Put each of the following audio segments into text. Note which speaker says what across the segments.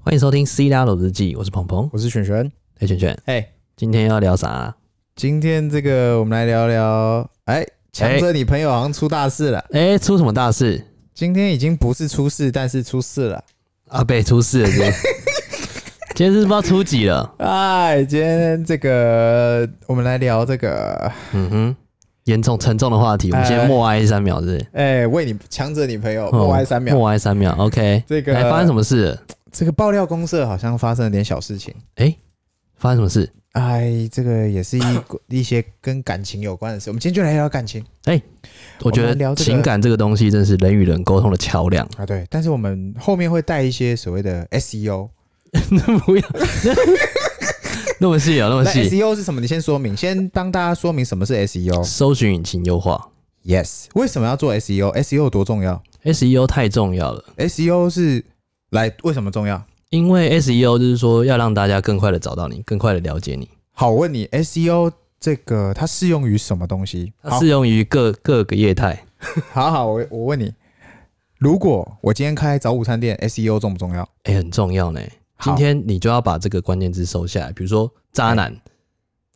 Speaker 1: 欢迎收听《C 大佬日记》，我是鹏鹏，
Speaker 2: 我是璇璇。
Speaker 1: 哎，圈圈，
Speaker 2: 哎、
Speaker 1: 今天要聊啥、啊？
Speaker 2: 今天这个我们来聊聊，哎，强者，你朋友好像出大事了。
Speaker 1: 哎，出什么大事？
Speaker 2: 今天已经不是出事，但是出事了。
Speaker 1: 阿贝出事了是不 是，今天是不知道出几了。
Speaker 2: 哎，今天这个我们来聊这个，
Speaker 1: 嗯哼，严重沉重的话题，我们先
Speaker 2: 哎
Speaker 1: 默哀三秒，是不是？
Speaker 2: 哎、为你强者你朋友默哀三
Speaker 1: 嗯
Speaker 2: 秒。
Speaker 1: 默哀三秒，OK。
Speaker 2: 这个
Speaker 1: 哎，发生什么事了？
Speaker 2: 这个爆料公社好像发生了点小事情。
Speaker 1: 哎，发生什么事？
Speaker 2: 哎，这个也是一 一些跟感情有关的事。我们今天就来聊感情
Speaker 1: 我觉
Speaker 2: 我们
Speaker 1: 得
Speaker 2: 聊这个
Speaker 1: 情感这个东西真是人与人沟通的桥 梁。
Speaker 2: 啊，对。但是我们后面会带一些所谓的 E SEO，
Speaker 1: 那不要那么细啊，那么
Speaker 2: 那 E
Speaker 1: 细。
Speaker 2: SEO 哦是什么？你先说明，先帮大家说明什么是 E SEO。
Speaker 1: 搜寻引擎优化
Speaker 2: Yes，为什么要做 E SEO？SEO 有多重要
Speaker 1: ，SEO E 太重要了。
Speaker 2: ？SEO 是来为什么重要？
Speaker 1: 因为 SEO 就是说要让大家更快的找到你，更快的了解你。
Speaker 2: 好，我问你，SEO 这个它适用于什么东西？
Speaker 1: 它
Speaker 2: 好，
Speaker 1: 适用于各各个业态，
Speaker 2: 好好，我我问你，如果我今天开早午餐店，SEO 重不重要？
Speaker 1: 哎、很重要呢。
Speaker 2: 好
Speaker 1: 今天你就要把这个关键字收下来，比如说渣男，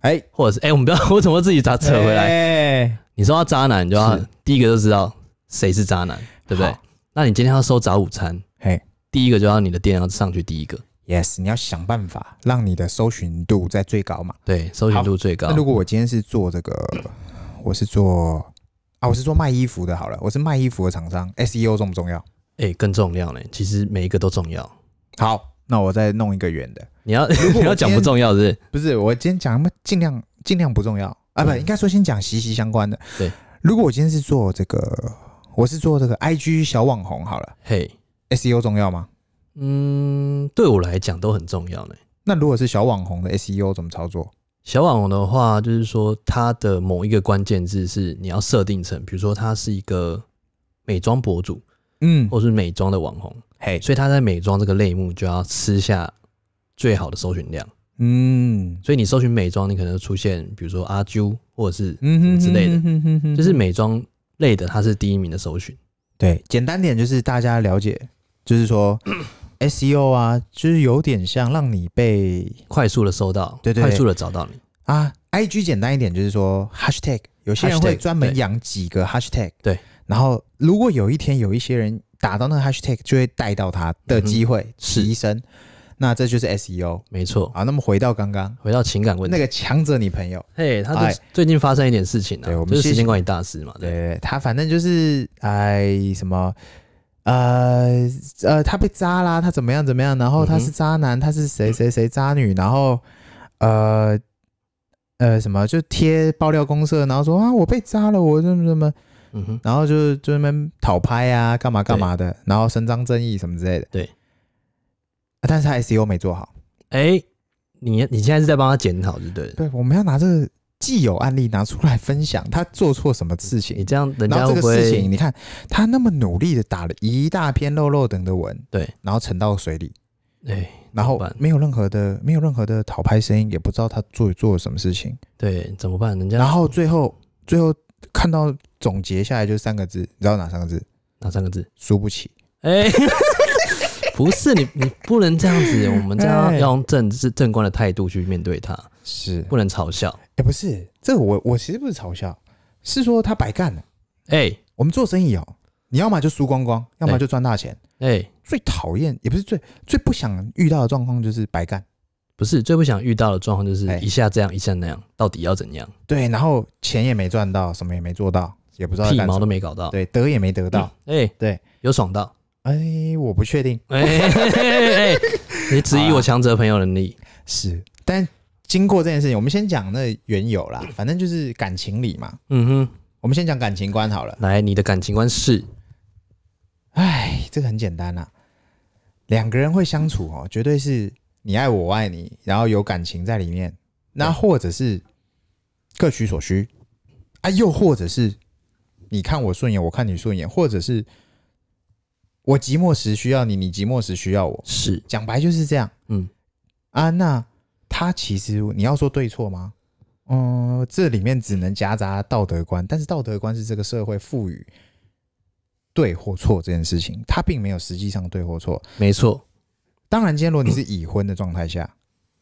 Speaker 2: 哎，
Speaker 1: 或者是哎、我们不要， 我怎么自己咋扯回来？
Speaker 2: 哎，
Speaker 1: 你说到渣男，你就要
Speaker 2: 是
Speaker 1: 第一个就知道谁是渣男，对不对
Speaker 2: 好？
Speaker 1: 那你今天要收早午餐，
Speaker 2: 嘿
Speaker 1: 第一个就要你的店要上去第一个，
Speaker 2: ，Yes，你要想办法让你的搜寻度在最高嘛。
Speaker 1: 对，搜寻度最高
Speaker 2: 那。如果我今天是做这个，我是做啊，我是做卖衣服的，好了，我是卖衣服的厂商，SEO 重不重要？
Speaker 1: 哎、更重要呢，其实每一个都重要。
Speaker 2: 好，那我再弄一个圆的。
Speaker 1: 你要
Speaker 2: 如果
Speaker 1: 你要
Speaker 2: 我
Speaker 1: 讲
Speaker 2: 今
Speaker 1: 不
Speaker 2: 天
Speaker 1: 重要是不是？
Speaker 2: 不是，我今天讲尽量尽量不重要啊，不，
Speaker 1: 嗯
Speaker 2: 应该说先讲息息相关的。
Speaker 1: 对，
Speaker 2: 如果我今天是做这个，我是做这个 IG 小网红好了
Speaker 1: 嘿、
Speaker 2: ，SEO 重要吗？
Speaker 1: 嗯，对我来讲都很重要呢。
Speaker 2: 那如果是小网红的 SEO 怎么操作？
Speaker 1: 小网红的话，就是说它的某一个关键字是你要设定成，比如说他是一个美妆博主，
Speaker 2: 嗯，
Speaker 1: 或是美妆的网红，
Speaker 2: 嘿，
Speaker 1: 所以他在美妆这个类目就要吃下最好的搜寻量。
Speaker 2: 嗯
Speaker 1: 所以你搜寻美妆，你可能出现比如说阿啾或者是
Speaker 2: 嗯
Speaker 1: 什么之类的，
Speaker 2: 的
Speaker 1: 就是美妆类的它是第一名的搜寻。
Speaker 2: 对，简单点就是大家了解，就 是说 SEO 啊，就是有点像让你被
Speaker 1: 快速的搜到，
Speaker 2: 对对
Speaker 1: 快
Speaker 2: 对
Speaker 1: 速的找到你，
Speaker 2: 啊，IG 简单一点就是说 hashtag，有些人
Speaker 1: Hashtag，
Speaker 2: 会专门
Speaker 1: 对
Speaker 2: 养几个 hashtag，
Speaker 1: 对。
Speaker 2: 然后如果有一天有一些人打到那个 hashtag，就会带到他的机会
Speaker 1: 嗯是
Speaker 2: 提升，那这就是 SEO
Speaker 1: 没错。
Speaker 2: 啊。那么回到刚刚
Speaker 1: 回到情感问
Speaker 2: 那
Speaker 1: 题，
Speaker 2: 个强者你朋友，
Speaker 1: 嘿，他
Speaker 2: 哎
Speaker 1: 最最近发生一点事情啊
Speaker 2: 对我，们
Speaker 1: 就是
Speaker 2: 谢
Speaker 1: 时
Speaker 2: 谢
Speaker 1: 间管理大师嘛，对，
Speaker 2: 对，他反正就是哎什么。呃呃，他被渣啦，他怎么样怎么样？然后
Speaker 1: 嗯
Speaker 2: 他是渣男，他是谁谁谁渣女，然后呃呃什么就贴爆料公社，然后说啊我被渣了，我怎么怎么，
Speaker 1: 嗯哼，
Speaker 2: 然后就就在那边讨拍啊，干嘛干嘛的，然后伸张正义什么之类的。
Speaker 1: 对
Speaker 2: 啊但是他 SEO 没做好。
Speaker 1: 哎、你你现在是在帮他检讨，对不对了？
Speaker 2: 对，我们要拿这个既有案例拿出来分享，他做错什么事
Speaker 1: 你
Speaker 2: 情。
Speaker 1: 这样人
Speaker 2: 然
Speaker 1: 家会
Speaker 2: 后这
Speaker 1: 不
Speaker 2: 个事
Speaker 1: 会
Speaker 2: 情，你看他那么努力的打了一大篇肉肉等的文，
Speaker 1: 对，
Speaker 2: 然后沉到水里，
Speaker 1: 哎、
Speaker 2: 然后
Speaker 1: 怎么办
Speaker 2: 没有任何的没有任何的讨拍声音，也不知道他做做了什么事情。
Speaker 1: 对，啊怎么办？人家
Speaker 2: 然后最后最后看到总结下来就三个字，你知道哪三个字？
Speaker 1: 哪三个字？
Speaker 2: 输不起。
Speaker 1: 哎、 不是你，你不能这样子。我们这样
Speaker 2: 哎
Speaker 1: 要用正治正观的态度去面对他，
Speaker 2: 是
Speaker 1: 不能嘲笑。
Speaker 2: 哎、不是，这个我我其实不是嘲笑，是说他白干了。
Speaker 1: 哎、
Speaker 2: 我们做生意哦，你要么就输光光，要么就赚大钱。
Speaker 1: 哎、
Speaker 2: 最讨厌也不是最最不想遇到的状况就是白干。
Speaker 1: 不是最不想遇到的状况就是
Speaker 2: 哎
Speaker 1: 一下这样，一下那样，到底要怎样？
Speaker 2: 对，然后钱也没赚到，什么也没做到，也不知道在
Speaker 1: 屁
Speaker 2: 干
Speaker 1: 毛
Speaker 2: 什
Speaker 1: 都
Speaker 2: 么。
Speaker 1: 没搞到。
Speaker 2: 对，得也没得到。
Speaker 1: 哎、
Speaker 2: 对，
Speaker 1: 有爽到。
Speaker 2: 哎、
Speaker 1: 嗯
Speaker 2: 我不确定
Speaker 1: 哎、哎哎哎你质疑
Speaker 2: 好
Speaker 1: 我
Speaker 2: 啦
Speaker 1: 强者朋友能力？
Speaker 2: 是，但经过这件事情，我们先讲那缘由啦，反正就是感情里嘛。
Speaker 1: 嗯哼，
Speaker 2: 我们先讲感情观好了。
Speaker 1: 来，你的感情观是
Speaker 2: 哎，这个很简单啦、两个人会相处哦，绝对是你爱我，我爱你，然后有感情在里面。那或者是各取所需啊，又或者是你看我顺眼，我看你顺眼，或者是我寂寞时需要你，你寂寞时需要我。
Speaker 1: 是，
Speaker 2: 讲白就是这样
Speaker 1: 嗯，
Speaker 2: 啊。那他其实你要说对错吗？嗯，这里面只能夹杂道德观，但是道德观是这个社会赋予对或错这件事情，它并没有实际上对或错。
Speaker 1: 没错。
Speaker 2: 当然，今天如果你是已婚的状态
Speaker 1: 嗯
Speaker 2: 下，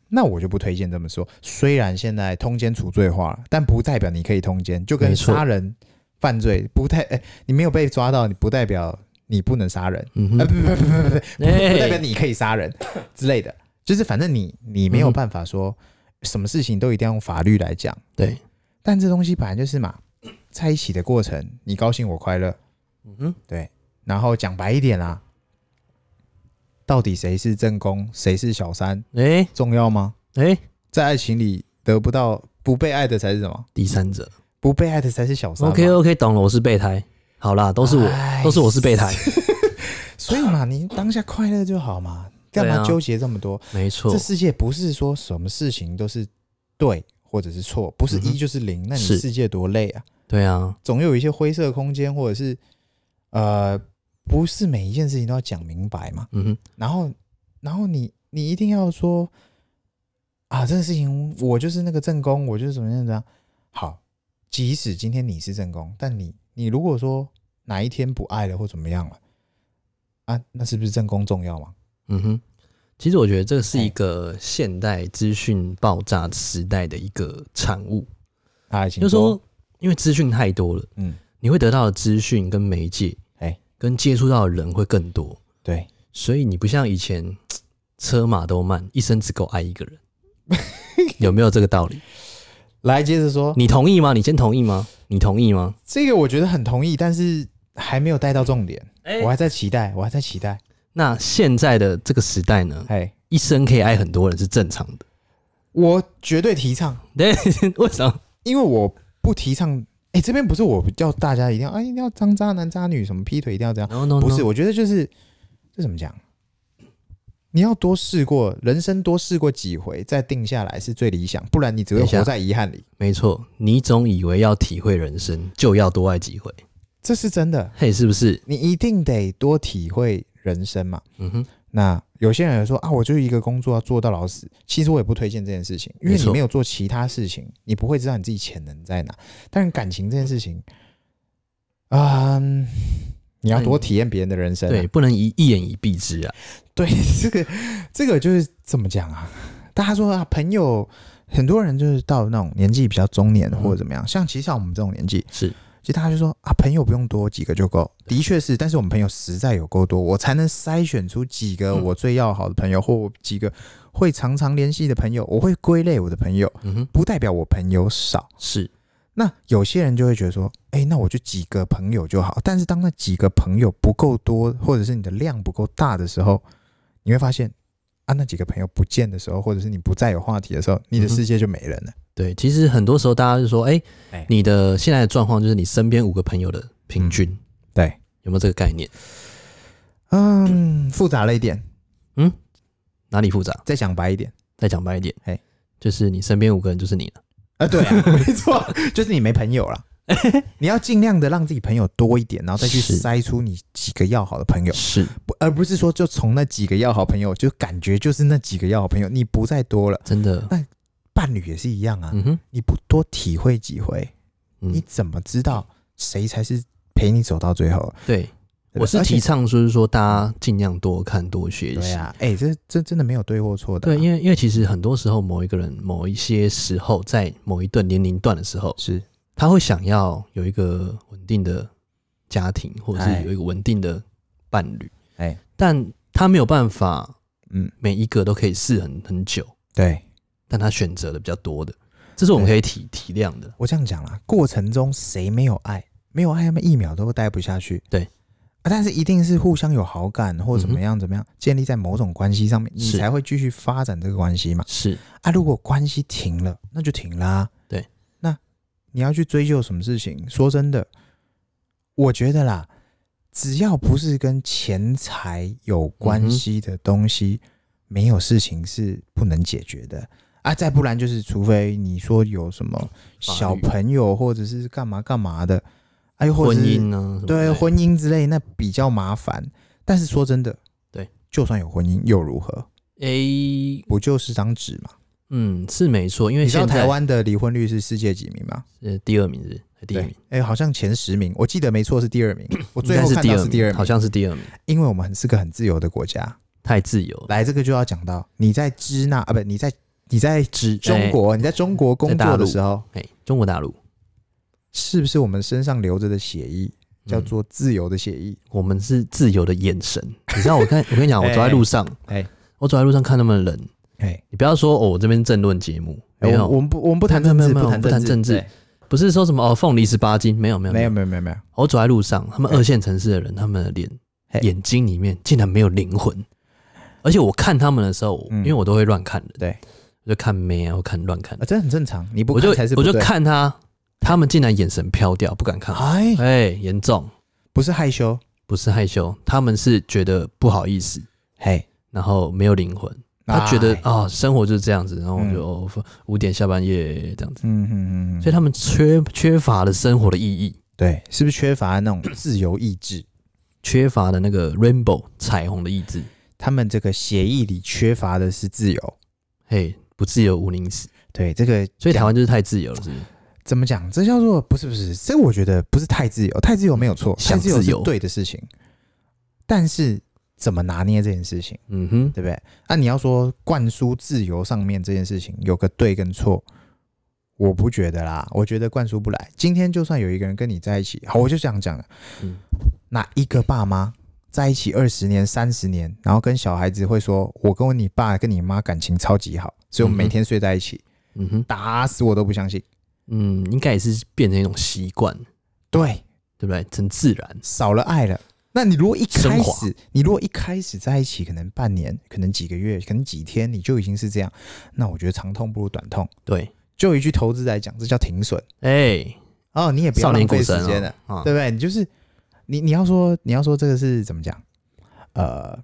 Speaker 2: 那我就不推荐这么说。虽然现在通奸除罪化了，但不代表你可以通奸，就跟
Speaker 1: 没错
Speaker 2: 杀人犯罪不太，哎、你没有被抓到，你不代表你不能杀人，
Speaker 1: 嗯哼
Speaker 2: 呃，，不不不不不不， 不
Speaker 1: 哎
Speaker 2: 代表你可以杀人之类的。就是反正你你没有
Speaker 1: 嗯
Speaker 2: 办法说什么事情都一定要用法律来讲，
Speaker 1: 对，
Speaker 2: 但这东西本来就是嘛，在一起的过程，你高兴我快乐，
Speaker 1: 嗯哼，
Speaker 2: 对，然后讲白一点啦、到底谁是正宫，谁是小三，
Speaker 1: 哎
Speaker 2: 重要吗？
Speaker 1: 哎，
Speaker 2: 在爱情里得不到不被爱的才是什么？
Speaker 1: 第三者
Speaker 2: 不被爱的才是小三嘛。
Speaker 1: ，OK OK，懂了，我是备胎，好啦，都是我，
Speaker 2: 哎
Speaker 1: 都是我是备胎，
Speaker 2: 所以嘛，你当下快乐就好嘛，干
Speaker 1: 对
Speaker 2: 嘛
Speaker 1: 啊
Speaker 2: 纠结这么多？
Speaker 1: 没错
Speaker 2: 这，世界不是说什么事情都是对或者是错，不是
Speaker 1: 嗯哼
Speaker 2: 一就是零，那你
Speaker 1: 是
Speaker 2: 世界多累啊！
Speaker 1: 对啊，
Speaker 2: 总有一些灰色空间，或者是呃，不是每一件事情都要讲明白嘛。
Speaker 1: 嗯哼，
Speaker 2: 然后，然后你你一定要说啊，这个事情我就是那个正宫，我就是怎么样怎么样。好，即使今天你是正宫，但你你如果说哪一天不爱了或怎么样了啊，那是不是正宫重要嘛？
Speaker 1: 嗯哼。其实我觉得这是
Speaker 2: 哎
Speaker 1: 一个现代资讯爆炸时代的一个产物，
Speaker 2: 爱情
Speaker 1: 就是说，因为资讯太多了，
Speaker 2: 嗯，
Speaker 1: 你会得到的资讯跟媒介，
Speaker 2: 哎
Speaker 1: 跟接触到的人会更多，
Speaker 2: 对，
Speaker 1: 所以你不像以前车马都慢，一生只够爱一个人，有没有这个道理？
Speaker 2: 来接着说，
Speaker 1: 你同意吗？你先同意吗？你同意吗？
Speaker 2: 这个我觉得很同意，但是还没有带到重点，
Speaker 1: 哎
Speaker 2: 我还在期待，我还在期待。
Speaker 1: 那现在的这个时代呢，
Speaker 2: 哎，
Speaker 1: 一生可以爱很多人是正常的。
Speaker 2: 我绝对提倡，
Speaker 1: 对，为什么？
Speaker 2: 因为我不提倡。哎，这边不是我叫大家一定要啊，一定要当渣男渣女，什么劈腿一定要这样，
Speaker 1: no no，
Speaker 2: 不是，我觉得就是这怎么讲？你要多试过，人生多试过几回，再定下来是最理想，不然你只会
Speaker 1: 等一下
Speaker 2: 活在遗憾里。
Speaker 1: 没错，你总以为要体会人生就要多爱几回，
Speaker 2: 这是真的，
Speaker 1: 嘿，是不是？
Speaker 2: 你一定得多体会人生嘛。
Speaker 1: 嗯哼，
Speaker 2: 那有些人说啊，我就一个工作要做到老死，其实我也不推荐这件事情，因为
Speaker 1: 没错
Speaker 2: 你没有做其他事情，你不会知道你自己潜能在哪。但是感情这件事情，嗯，你要多体验别人的人生、
Speaker 1: 对，，啊不能一一言以蔽之啊。
Speaker 2: 对， 这个这个就是怎么讲啊？大家说啊，朋友，很多人就是到那种年纪比较中年或者怎么样，像其实像我们这种年纪，
Speaker 1: 是，
Speaker 2: 其实大家就说啊，朋友不用多，几个就够。的确是，但是我们朋友实在有够多，我才能筛选出几个
Speaker 1: 嗯
Speaker 2: 我最要好的朋友，或我几个会常常联系的朋友。我会归类我的朋友，
Speaker 1: 嗯哼，
Speaker 2: 不代表我朋友少。
Speaker 1: 是，
Speaker 2: 那有些人就会觉得说，哎、那我就几个朋友就好。但是当那几个朋友不够多，或者是你的量不够大的时候，你会发现啊，那几个朋友不见的时候，或者是你不再有话题的时候，你的
Speaker 1: 嗯哼
Speaker 2: 世界就没人了。
Speaker 1: 对。其实很多时候大家就说，哎、
Speaker 2: 哎
Speaker 1: 你的现在的状况就是你身边五个朋友的平均，
Speaker 2: 对，
Speaker 1: 有没有这个概念？
Speaker 2: 嗯，复杂了一点，
Speaker 1: 哪里复杂？
Speaker 2: 再讲白一点。
Speaker 1: 再讲白一点，
Speaker 2: 哎
Speaker 1: 就是你身边五个人就是你了。
Speaker 2: 啊，对 啊，没错， 就是你没朋友了。你要尽量的让自己朋友多一点，然后再去
Speaker 1: 是
Speaker 2: 筛出你几个要好的朋友，
Speaker 1: 是，
Speaker 2: 不而不是说就从那几个要好朋友，就感觉就是那几个要好朋友，你不再多了。
Speaker 1: 真 的。
Speaker 2: 伴侣也是一样啊，
Speaker 1: 嗯哼，
Speaker 2: 你不多体会几回，你
Speaker 1: 嗯，
Speaker 2: 怎么知道谁才是陪你走到最后？
Speaker 1: 对，
Speaker 2: 对不对
Speaker 1: 我是
Speaker 2: 而且
Speaker 1: 提倡就是说大家尽量多看多学
Speaker 2: 对
Speaker 1: 习。
Speaker 2: 啊，哎、这这真的没有对或错的啊、
Speaker 1: 对，因为因为其实很多时候，某一个人、某一些时候，在某一段年龄段的时候，
Speaker 2: 是
Speaker 1: 他会想要有一个稳定的家庭，或者
Speaker 2: 哎
Speaker 1: 是有一个稳定的伴侣，
Speaker 2: 哎，
Speaker 1: 但他没有办法
Speaker 2: 嗯，
Speaker 1: 每一个都可以试很很久，
Speaker 2: 对
Speaker 1: 但他选择的比较多的，这是我们可以体体谅的。
Speaker 2: 我这样讲啦，过程中谁没有爱，没有爱，他们一秒都待不下去。
Speaker 1: 对
Speaker 2: 啊但是一定是互相有好感或怎么样怎么样，建立在某种关系上面，你
Speaker 1: 是
Speaker 2: 才会继续发展这个关系嘛。
Speaker 1: 是，
Speaker 2: 啊，如果关系停了，那就停啦、
Speaker 1: 对，
Speaker 2: 那你要去追究什么事情？说真的，我觉得啦，只要不是跟钱财有
Speaker 1: 嗯
Speaker 2: 关系的东西，没有事情是不能解决的啊。再不然就是，除非你说有什么小朋友或者是干嘛干嘛的，哎、或
Speaker 1: 婚
Speaker 2: 者是
Speaker 1: 姻呢、什么之类
Speaker 2: 对
Speaker 1: 的
Speaker 2: 婚姻之类，那比较麻烦。但是说真的，
Speaker 1: 对，
Speaker 2: 就算有婚姻又如何？
Speaker 1: 诶、
Speaker 2: 不就是张纸嘛？
Speaker 1: 嗯，是没错，因为
Speaker 2: 你知道
Speaker 1: 现在
Speaker 2: 台湾的离婚率是世界几名吗？
Speaker 1: 是第二名是不是还是第一
Speaker 2: 对
Speaker 1: 名，，
Speaker 2: 哎、好像前十名， 我记得没错是第二名。我最后
Speaker 1: 应该
Speaker 2: 看到是第二名，
Speaker 1: 好像是第二名。
Speaker 2: 因为我们很是个很自由的国家，
Speaker 1: 太自由了，
Speaker 2: 来，这个就要讲到你在支那啊，不，你在你在
Speaker 1: 只
Speaker 2: 中国，你在中国工
Speaker 1: 哎在大
Speaker 2: 作
Speaker 1: 陆
Speaker 2: 的时候，
Speaker 1: 哎、哎中国大陆，
Speaker 2: 是不是我们身上流着的血液
Speaker 1: 嗯
Speaker 2: 叫做自由的血液？
Speaker 1: 我们是自由的眼神。你知道我看， 我跟你讲，我走在路上，
Speaker 2: 哎哎
Speaker 1: 我走在路上看他们的人，
Speaker 2: 哎、
Speaker 1: 你不要说哦，我这边政论节目
Speaker 2: 哎
Speaker 1: 没有，
Speaker 2: 我我们不我们不谈
Speaker 1: 没有
Speaker 2: 政
Speaker 1: 没有
Speaker 2: 治，
Speaker 1: 没有
Speaker 2: 谈
Speaker 1: 不谈政
Speaker 2: 政
Speaker 1: 治，不是说什么哦，凤梨十八斤，没有没
Speaker 2: 对
Speaker 1: 有
Speaker 2: 没有没有没有没有，
Speaker 1: 我走在路上，他们
Speaker 2: 哎
Speaker 1: 二线城市的人，他们的脸
Speaker 2: 嘿
Speaker 1: 眼睛里面竟然没有灵魂，而且我看他们的时候，
Speaker 2: 嗯
Speaker 1: 因为我都会乱看人，
Speaker 2: 对，
Speaker 1: 我就看妹啊，我看乱看
Speaker 2: 啊，，这很正常，你不
Speaker 1: 我就
Speaker 2: 看才是
Speaker 1: 我
Speaker 2: 不
Speaker 1: 就
Speaker 2: 对。
Speaker 1: 看他，他们竟然眼神飘掉，不敢看，
Speaker 2: 哎，
Speaker 1: 哎，严重
Speaker 2: 不是害羞，
Speaker 1: 不是害羞，他们是觉得不好意思，
Speaker 2: 嘿，
Speaker 1: 然后没有灵魂。他觉得
Speaker 2: 哎
Speaker 1: 啊、生活就是这样子，然后我
Speaker 2: 嗯
Speaker 1: 就哦五、点下半夜这样子，
Speaker 2: 嗯嗯嗯，
Speaker 1: 所以
Speaker 2: 他
Speaker 1: 他们缺缺乏了生活的意义，
Speaker 2: 对是不是缺乏那种自由意志？
Speaker 1: 缺乏了那个 rainbow 彩虹的意志，
Speaker 2: 他们这个协议里缺乏的是自由。
Speaker 1: 嘿，不自由无宁死。
Speaker 2: 对，这个
Speaker 1: 所以台
Speaker 2: 讲
Speaker 1: 湾就是太自由了，是不是？
Speaker 2: 怎么讲？这叫做不是不是？这我觉得不是太自由，太自由没有错，太
Speaker 1: 想
Speaker 2: 自由
Speaker 1: 自
Speaker 2: 是
Speaker 1: 由
Speaker 2: 对的事情。但是怎么拿捏这件事情，
Speaker 1: 嗯哼，
Speaker 2: 对不对？那、你要说灌输自由上面这件事情有个对跟错，我不觉得啦，我觉得灌输不来。今天就算有一个人跟你在一起，好，我就这样讲了，
Speaker 1: 嗯
Speaker 2: 哪一个爸妈在一起二十年、三十年，然后跟小孩子会说，我跟你爸跟你妈感情超级好，所以我们
Speaker 1: 嗯
Speaker 2: 每
Speaker 1: 哼
Speaker 2: 天睡在一起，
Speaker 1: 嗯哼，
Speaker 2: 打死我都不相信。
Speaker 1: 嗯，应该也是变成一种习惯，
Speaker 2: 对，
Speaker 1: 对不对？很自然，
Speaker 2: 少了爱了。那你如果一开
Speaker 1: 升华
Speaker 2: 始，你如果一开始在一起，可能半年，可能几个月，可能几天，你就已经是这样，那我觉得长痛不如短痛。
Speaker 1: 对。
Speaker 2: 就一句投资来讲，这叫停损
Speaker 1: 哎、
Speaker 2: 哦，你也不要
Speaker 1: 少
Speaker 2: 浪
Speaker 1: 年股
Speaker 2: 费时
Speaker 1: 神
Speaker 2: 间了，
Speaker 1: 啊、啊
Speaker 2: 对不对？你就是你，你要说你要说这个是怎么讲？呃，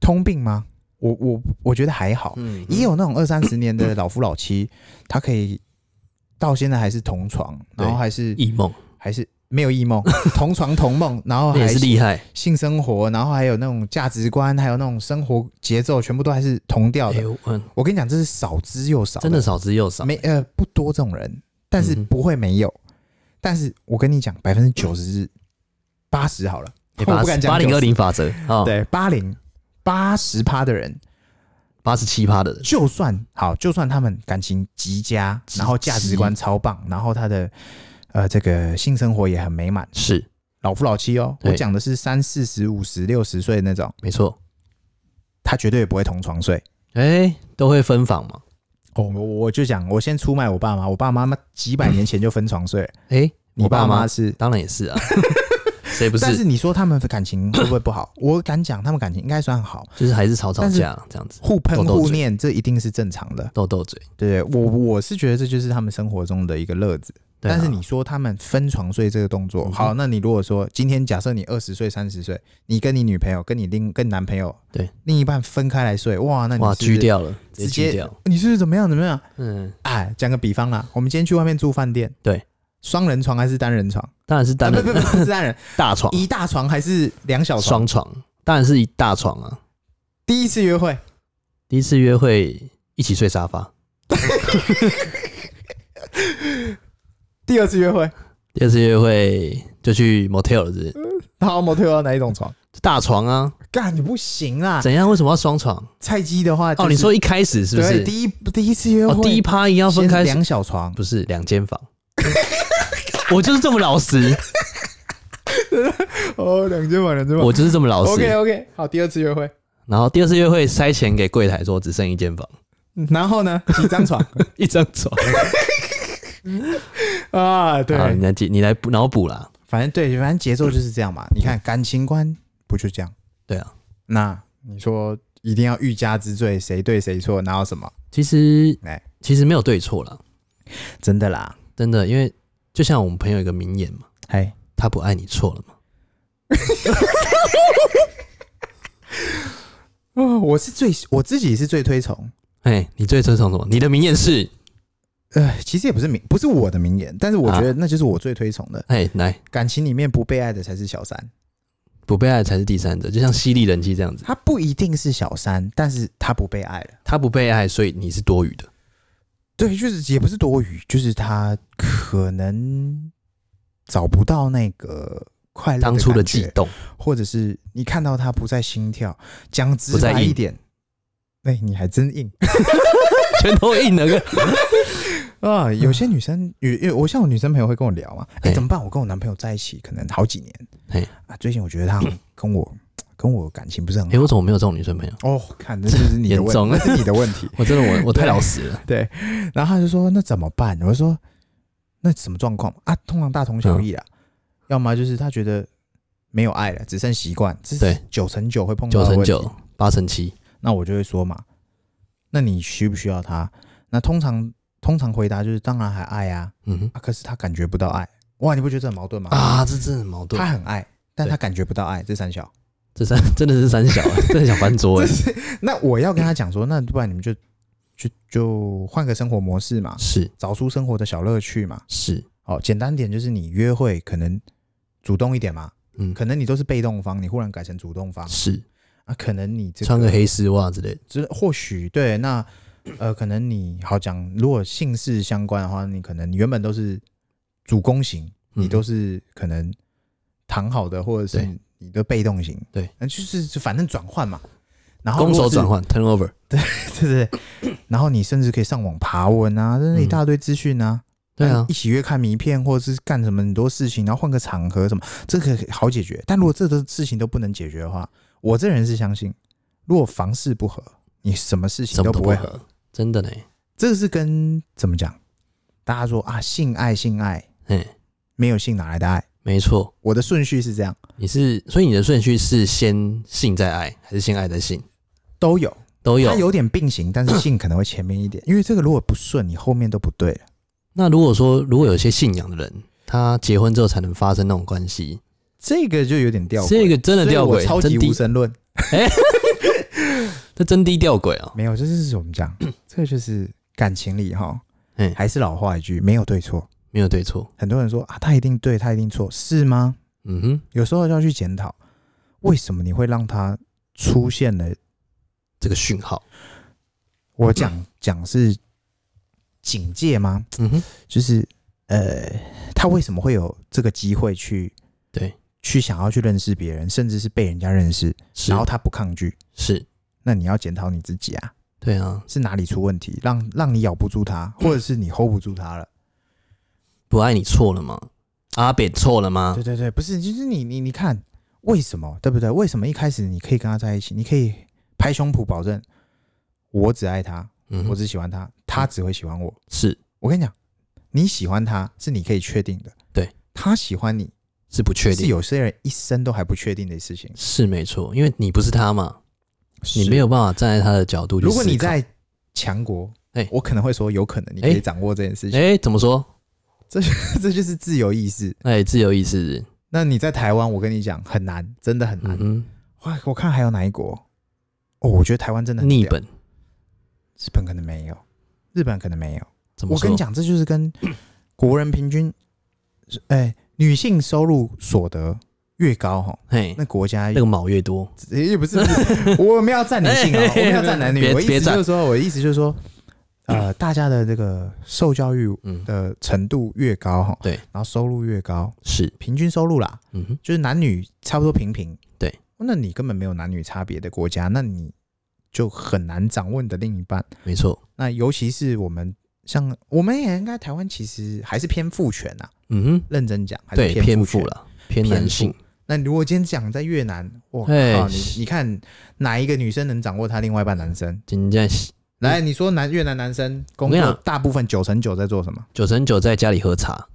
Speaker 2: 通病吗？我我我觉得还好，
Speaker 1: 嗯，
Speaker 2: 也有那种二三十年的老夫老妻，他可以到现在还是同床，然后
Speaker 1: 对
Speaker 2: 还是
Speaker 1: 异梦
Speaker 2: 还是没有 异梦，同床同梦，然
Speaker 1: 那
Speaker 2: 后哦还
Speaker 1: 也是厉害。
Speaker 2: 性生活，然后还有那种价值观，还有那种生活节奏，全部都还是同调
Speaker 1: 哎
Speaker 2: 的。
Speaker 1: 呦，嗯，
Speaker 2: 我跟你讲，这是少之又少，
Speaker 1: 真的少之又少。
Speaker 2: 没呃不多这种人，但是
Speaker 1: 嗯哼
Speaker 2: 不会没有。但是我跟你讲，百分之九十、八十好了， 我不敢讲
Speaker 1: 哎八零
Speaker 2: 90
Speaker 1: 二零法则啊，
Speaker 2: 对，八零八十趴的人，
Speaker 1: 嗯八十七趴的人，
Speaker 2: 就算好，就算他们感情极佳，
Speaker 1: 极
Speaker 2: 然后价值观超棒，然后他的呃这个性生活也很美满，
Speaker 1: 是
Speaker 2: 老夫老妻哦，我
Speaker 1: 对
Speaker 2: 讲的是三四十、五十、六十岁的那种，
Speaker 1: 没错。
Speaker 2: 他绝对也不会同床睡。
Speaker 1: 哎、都会分房嘛？
Speaker 2: 哦，我我就讲，我先出卖我爸妈，我爸妈妈几百年前就分床睡了，
Speaker 1: 哎、
Speaker 2: 你
Speaker 1: 我爸
Speaker 2: 妈
Speaker 1: 妈
Speaker 2: 是。
Speaker 1: 当然也 是啊，谁不是？
Speaker 2: 但是你说他们的感情会不会 不好？我敢讲，他们感情应该算好，
Speaker 1: 就是还是吵吵
Speaker 2: 但是
Speaker 1: 架这样子，
Speaker 2: 互喷
Speaker 1: 斗斗
Speaker 2: 互
Speaker 1: 嘴
Speaker 2: 念，这一定是正常的。
Speaker 1: 斗斗嘴。
Speaker 2: 对我我是觉得这就是他们生活中的一个乐子。
Speaker 1: 对啊
Speaker 2: 但是你说他们分床睡这个动作，
Speaker 1: 嗯哼
Speaker 2: 好，那你如果说今天假设你二十岁、三十岁，你跟你女朋友、跟你另跟男朋友
Speaker 1: 对
Speaker 2: 另一半分开来睡，哇，那你
Speaker 1: 哇，
Speaker 2: 是不是
Speaker 1: 狙掉了，直
Speaker 2: 直
Speaker 1: 接狙
Speaker 2: 接
Speaker 1: 掉。，
Speaker 2: 你是不是怎么样怎么样？
Speaker 1: 嗯，
Speaker 2: 哎，讲个比方啦，我们今天去外面住饭店，
Speaker 1: 对，
Speaker 2: 双人床还是单人床？
Speaker 1: 当然是单
Speaker 2: 啊
Speaker 1: 人
Speaker 2: 不不不不是 单人，
Speaker 1: 大床，
Speaker 2: 一大床还是两小床？
Speaker 1: 双床，当然是一大床啊。
Speaker 2: 第一次约会，
Speaker 1: 第一次约会一起睡沙发，
Speaker 2: 第二次约会，
Speaker 1: 第二次约会就去 motel 了，是不是
Speaker 2: 然后模特要哪一种床？
Speaker 1: 大床啊？
Speaker 2: 干，你不行啦！
Speaker 1: 怎样？为什么要双床？
Speaker 2: 菜鸡的啊话、就是
Speaker 1: 哦，你说一开始是不
Speaker 2: 对，
Speaker 1: 是？
Speaker 2: 第一第一次约会，
Speaker 1: 哦，第一趴一定要分
Speaker 2: 先
Speaker 1: 开，
Speaker 2: 两小床，
Speaker 1: 不是两间房。 我就是这么老 实，
Speaker 2: 哦，两间房，两间房。
Speaker 1: 我就是这么老
Speaker 2: OK
Speaker 1: 实。
Speaker 2: OK，好，第二次约会，
Speaker 1: 然后第二次约会塞钱给柜台说只剩一间 房，
Speaker 2: 然后呢，几 张床
Speaker 1: 一张床。
Speaker 2: 啊？对，
Speaker 1: 好，你来记，你来补脑补啦。
Speaker 2: 反正对，反正节奏就是这样嘛。你看感情观不就这样？
Speaker 1: 对啊，
Speaker 2: 那你说一定要欲加之罪，谁对谁错，哪有什么？
Speaker 1: 其实
Speaker 2: 哎
Speaker 1: 其实没有对错啦，
Speaker 2: 真的啦，
Speaker 1: 真的，因为就像我们朋友一个名言嘛，
Speaker 2: 哎，
Speaker 1: 他不爱你错了嘛。
Speaker 2: 哦，我是最我自己是最推崇
Speaker 1: 哎，你最推崇什么？你的名言是？
Speaker 2: 呃，其实也不是名，不是我的名言，但是
Speaker 1: 啊
Speaker 2: 我觉得那就是我最推崇的。
Speaker 1: 哎，来，
Speaker 2: 感情里面不被爱的才是小三，
Speaker 1: 不被爱才是第三者，就像犀利人妻这样子，
Speaker 2: 他不一定是小三，但是他不被爱了。
Speaker 1: 他不被爱，所以你是多余的。
Speaker 2: 对，就是也不是多余，就是他可能找不到那个快乐
Speaker 1: 当初的
Speaker 2: 感
Speaker 1: 悸
Speaker 2: 觉，
Speaker 1: 动，
Speaker 2: 或者是你看到他不再心跳，讲直
Speaker 1: 不再
Speaker 2: 白
Speaker 1: 硬
Speaker 2: 一点，哎、你还真 硬
Speaker 1: 全都硬了 个。
Speaker 2: 啊！有些女生，有有我像我女生朋友会跟我聊嘛，哎、
Speaker 1: 哎
Speaker 2: 怎么办？我跟我男朋友在一起可能好几年，
Speaker 1: 哎
Speaker 2: 啊，最近我觉得他好像跟我 跟我感情不是很
Speaker 1: 哎、
Speaker 2: 好。
Speaker 1: 我怎么没有这种女生朋友？
Speaker 2: 哦，看，这就是你的
Speaker 1: 严
Speaker 2: 问
Speaker 1: 重
Speaker 2: 题，那是你的问题。
Speaker 1: 我真的我我太老实了。
Speaker 2: 对，然后他就说那怎么办？我就说那什么状况啊？通常大同小异
Speaker 1: 嗯
Speaker 2: 啦，要么就是他觉得没有爱了，只剩习惯，这是
Speaker 1: 对
Speaker 2: 九成九会碰
Speaker 1: 嗯
Speaker 2: 到
Speaker 1: 九
Speaker 2: 的
Speaker 1: 成
Speaker 2: 问题
Speaker 1: 九，八成七，
Speaker 2: 那我就会说嘛，那你需不需要他？那通常通常回答就是当然还爱啊，
Speaker 1: 嗯哼
Speaker 2: 啊，可是他感觉不到爱，哇，你不觉得这很矛盾吗？
Speaker 1: 啊，这真的很矛盾
Speaker 2: 他。很爱，但
Speaker 1: 对
Speaker 2: 他感觉不到爱，这三小。
Speaker 1: 这三真的是三小、 啊，真的想翻桌哎、
Speaker 2: 那我要跟他讲说，那不然你们就就就换个生活模式嘛，
Speaker 1: 是
Speaker 2: 找出生活的小乐趣嘛。
Speaker 1: 是，
Speaker 2: 哦，简单点就是你约会可能主动一点嘛，
Speaker 1: 嗯，
Speaker 2: 可能你都是被动方，你忽然改成主动方
Speaker 1: 是
Speaker 2: 啊，可能你这
Speaker 1: 穿个黑丝袜之类的，
Speaker 2: 只或许对，那呃，可能你好讲，如果姓氏相关的话，你可能原本都是主攻型，
Speaker 1: 嗯
Speaker 2: 你都是可能躺好的，或者是
Speaker 1: 对
Speaker 2: 你的被动型，
Speaker 1: 对，
Speaker 2: 那就是就反正转换嘛。然后
Speaker 1: 攻
Speaker 2: 啊如果
Speaker 1: 守
Speaker 2: 是
Speaker 1: 转，换 turn over，
Speaker 2: 对对对。然后你甚至可以上网爬文啊，真
Speaker 1: 嗯
Speaker 2: 是一大堆资讯啊。
Speaker 1: 对啊
Speaker 2: 一，起约看名片，或者是干什么很多事情，然后换个场合什么，这个好解决。但如果这个事情都不能解决的话，我这人是相信，如果房事不合，你什么事情
Speaker 1: 什么
Speaker 2: 都
Speaker 1: 都
Speaker 2: 不
Speaker 1: 不
Speaker 2: 会合。
Speaker 1: 合，真的呢，
Speaker 2: 这个是跟怎么讲？大家说啊，性爱性爱，
Speaker 1: 哎，
Speaker 2: 没有性哪来的爱？
Speaker 1: 没错，
Speaker 2: 我的顺序是这样，
Speaker 1: 你是，所以你的顺序是先性再爱，还是先爱再性？
Speaker 2: 都有，
Speaker 1: 都有
Speaker 2: 它。有点并行，但是性可能会前面一点，因为这个如果不顺，你后面都不对了。
Speaker 1: 那如果说如果有些信仰的人，他结婚之后才能发生那种关系，
Speaker 2: 这个就有点吊诡，
Speaker 1: 这个真的吊
Speaker 2: 所以我
Speaker 1: 诡，
Speaker 2: 超级
Speaker 1: 真
Speaker 2: 无
Speaker 1: 低，
Speaker 2: 神论。
Speaker 1: 这真低吊诡啊！
Speaker 2: 没有，这就是怎么讲？ 这个就是感情里哈
Speaker 1: 嗯，
Speaker 2: 还是老话一句，没有对错。
Speaker 1: 没有对错，
Speaker 2: 很多人说啊，他一定对，他一定错，是吗？
Speaker 1: 嗯哼，
Speaker 2: 有时候要去检讨，为什么你会让他出现了
Speaker 1: 这个讯号，
Speaker 2: 我讲讲是警戒吗？
Speaker 1: 嗯哼，
Speaker 2: 就是呃，他为什么会有这个机会去
Speaker 1: 对，
Speaker 2: 去想要去认识别人，甚至是被人家认识，
Speaker 1: 是
Speaker 2: 然后他不抗拒？
Speaker 1: 是，
Speaker 2: 那你要检讨你自己啊，
Speaker 1: 对啊，
Speaker 2: 是哪里出问题，让让你咬不住他，或者是你 hold 不住他了？
Speaker 1: 不爱你错了吗？阿扁错了吗
Speaker 2: 对？对对，不是，就是你你你看，为什么对不对？为什么一开始你可以跟他在一起，你可以拍胸脯保证，我只爱他，
Speaker 1: 嗯哼，
Speaker 2: 我只喜欢他，他只会喜欢我。
Speaker 1: 是
Speaker 2: 我跟你讲，你喜欢他是你可以确定的，
Speaker 1: 对，
Speaker 2: 他喜欢你
Speaker 1: 是不确
Speaker 2: 是
Speaker 1: 定，
Speaker 2: 有些人一生都还不确定的事情。
Speaker 1: 是没错，因为你不是他嘛，你
Speaker 2: 是
Speaker 1: 没，有办法站在他的角度去
Speaker 2: 如果你
Speaker 1: 思考，
Speaker 2: 在强国，
Speaker 1: 哎
Speaker 2: 我可能会说有可能你可以掌握这件事情，
Speaker 1: 哎、怎么说？
Speaker 2: 这就是自由意识。
Speaker 1: 哎、自由意识，
Speaker 2: 那你在台湾，我跟你讲很难，真的很难
Speaker 1: 嗯。哼，
Speaker 2: 哇，我看还有哪一国？哦，我觉得台湾真的很
Speaker 1: 逆
Speaker 2: 屌，
Speaker 1: 本
Speaker 2: 日本可能没有，日本可能没有。
Speaker 1: 怎么
Speaker 2: 我
Speaker 1: 说？
Speaker 2: 跟你讲，这就是跟 国人平均，哎、女性收入所得越高哈，
Speaker 1: 嘿，
Speaker 2: 那国家
Speaker 1: 那个毛越多，
Speaker 2: 也也不是，不是我没有要站女 性啊，我没有要站男女。
Speaker 1: 别
Speaker 2: 我意思
Speaker 1: 别站
Speaker 2: 就是说，我意思就是说，呃，大家的这个受教育
Speaker 1: 嗯，
Speaker 2: 的程度越高哈，
Speaker 1: 对，
Speaker 2: 然后收入越高，
Speaker 1: 是，
Speaker 2: 平均收入啦，
Speaker 1: 嗯哼，
Speaker 2: 就是男女差不多平平。
Speaker 1: 对，
Speaker 2: 那你根本没有男女差别的国家，那你就很难掌握你的另一半。
Speaker 1: 没错，
Speaker 2: 那尤其是我们像我们也应该台湾其实还是偏父权啊，
Speaker 1: 嗯哼，
Speaker 2: 认真讲还是
Speaker 1: 对，
Speaker 2: 偏
Speaker 1: 偏
Speaker 2: 权
Speaker 1: 负了，偏
Speaker 2: 偏
Speaker 1: 男
Speaker 2: 父
Speaker 1: 性，
Speaker 2: 那如果今天讲在越南，我
Speaker 1: 哎
Speaker 2: 靠，你你看哪一个女生能掌握她另外一半男生？
Speaker 1: 人家
Speaker 2: 来，你说男越南男生工
Speaker 1: 我跟你
Speaker 2: 作
Speaker 1: 讲
Speaker 2: 大部分九成九在做什么？
Speaker 1: 九成九在家里喝茶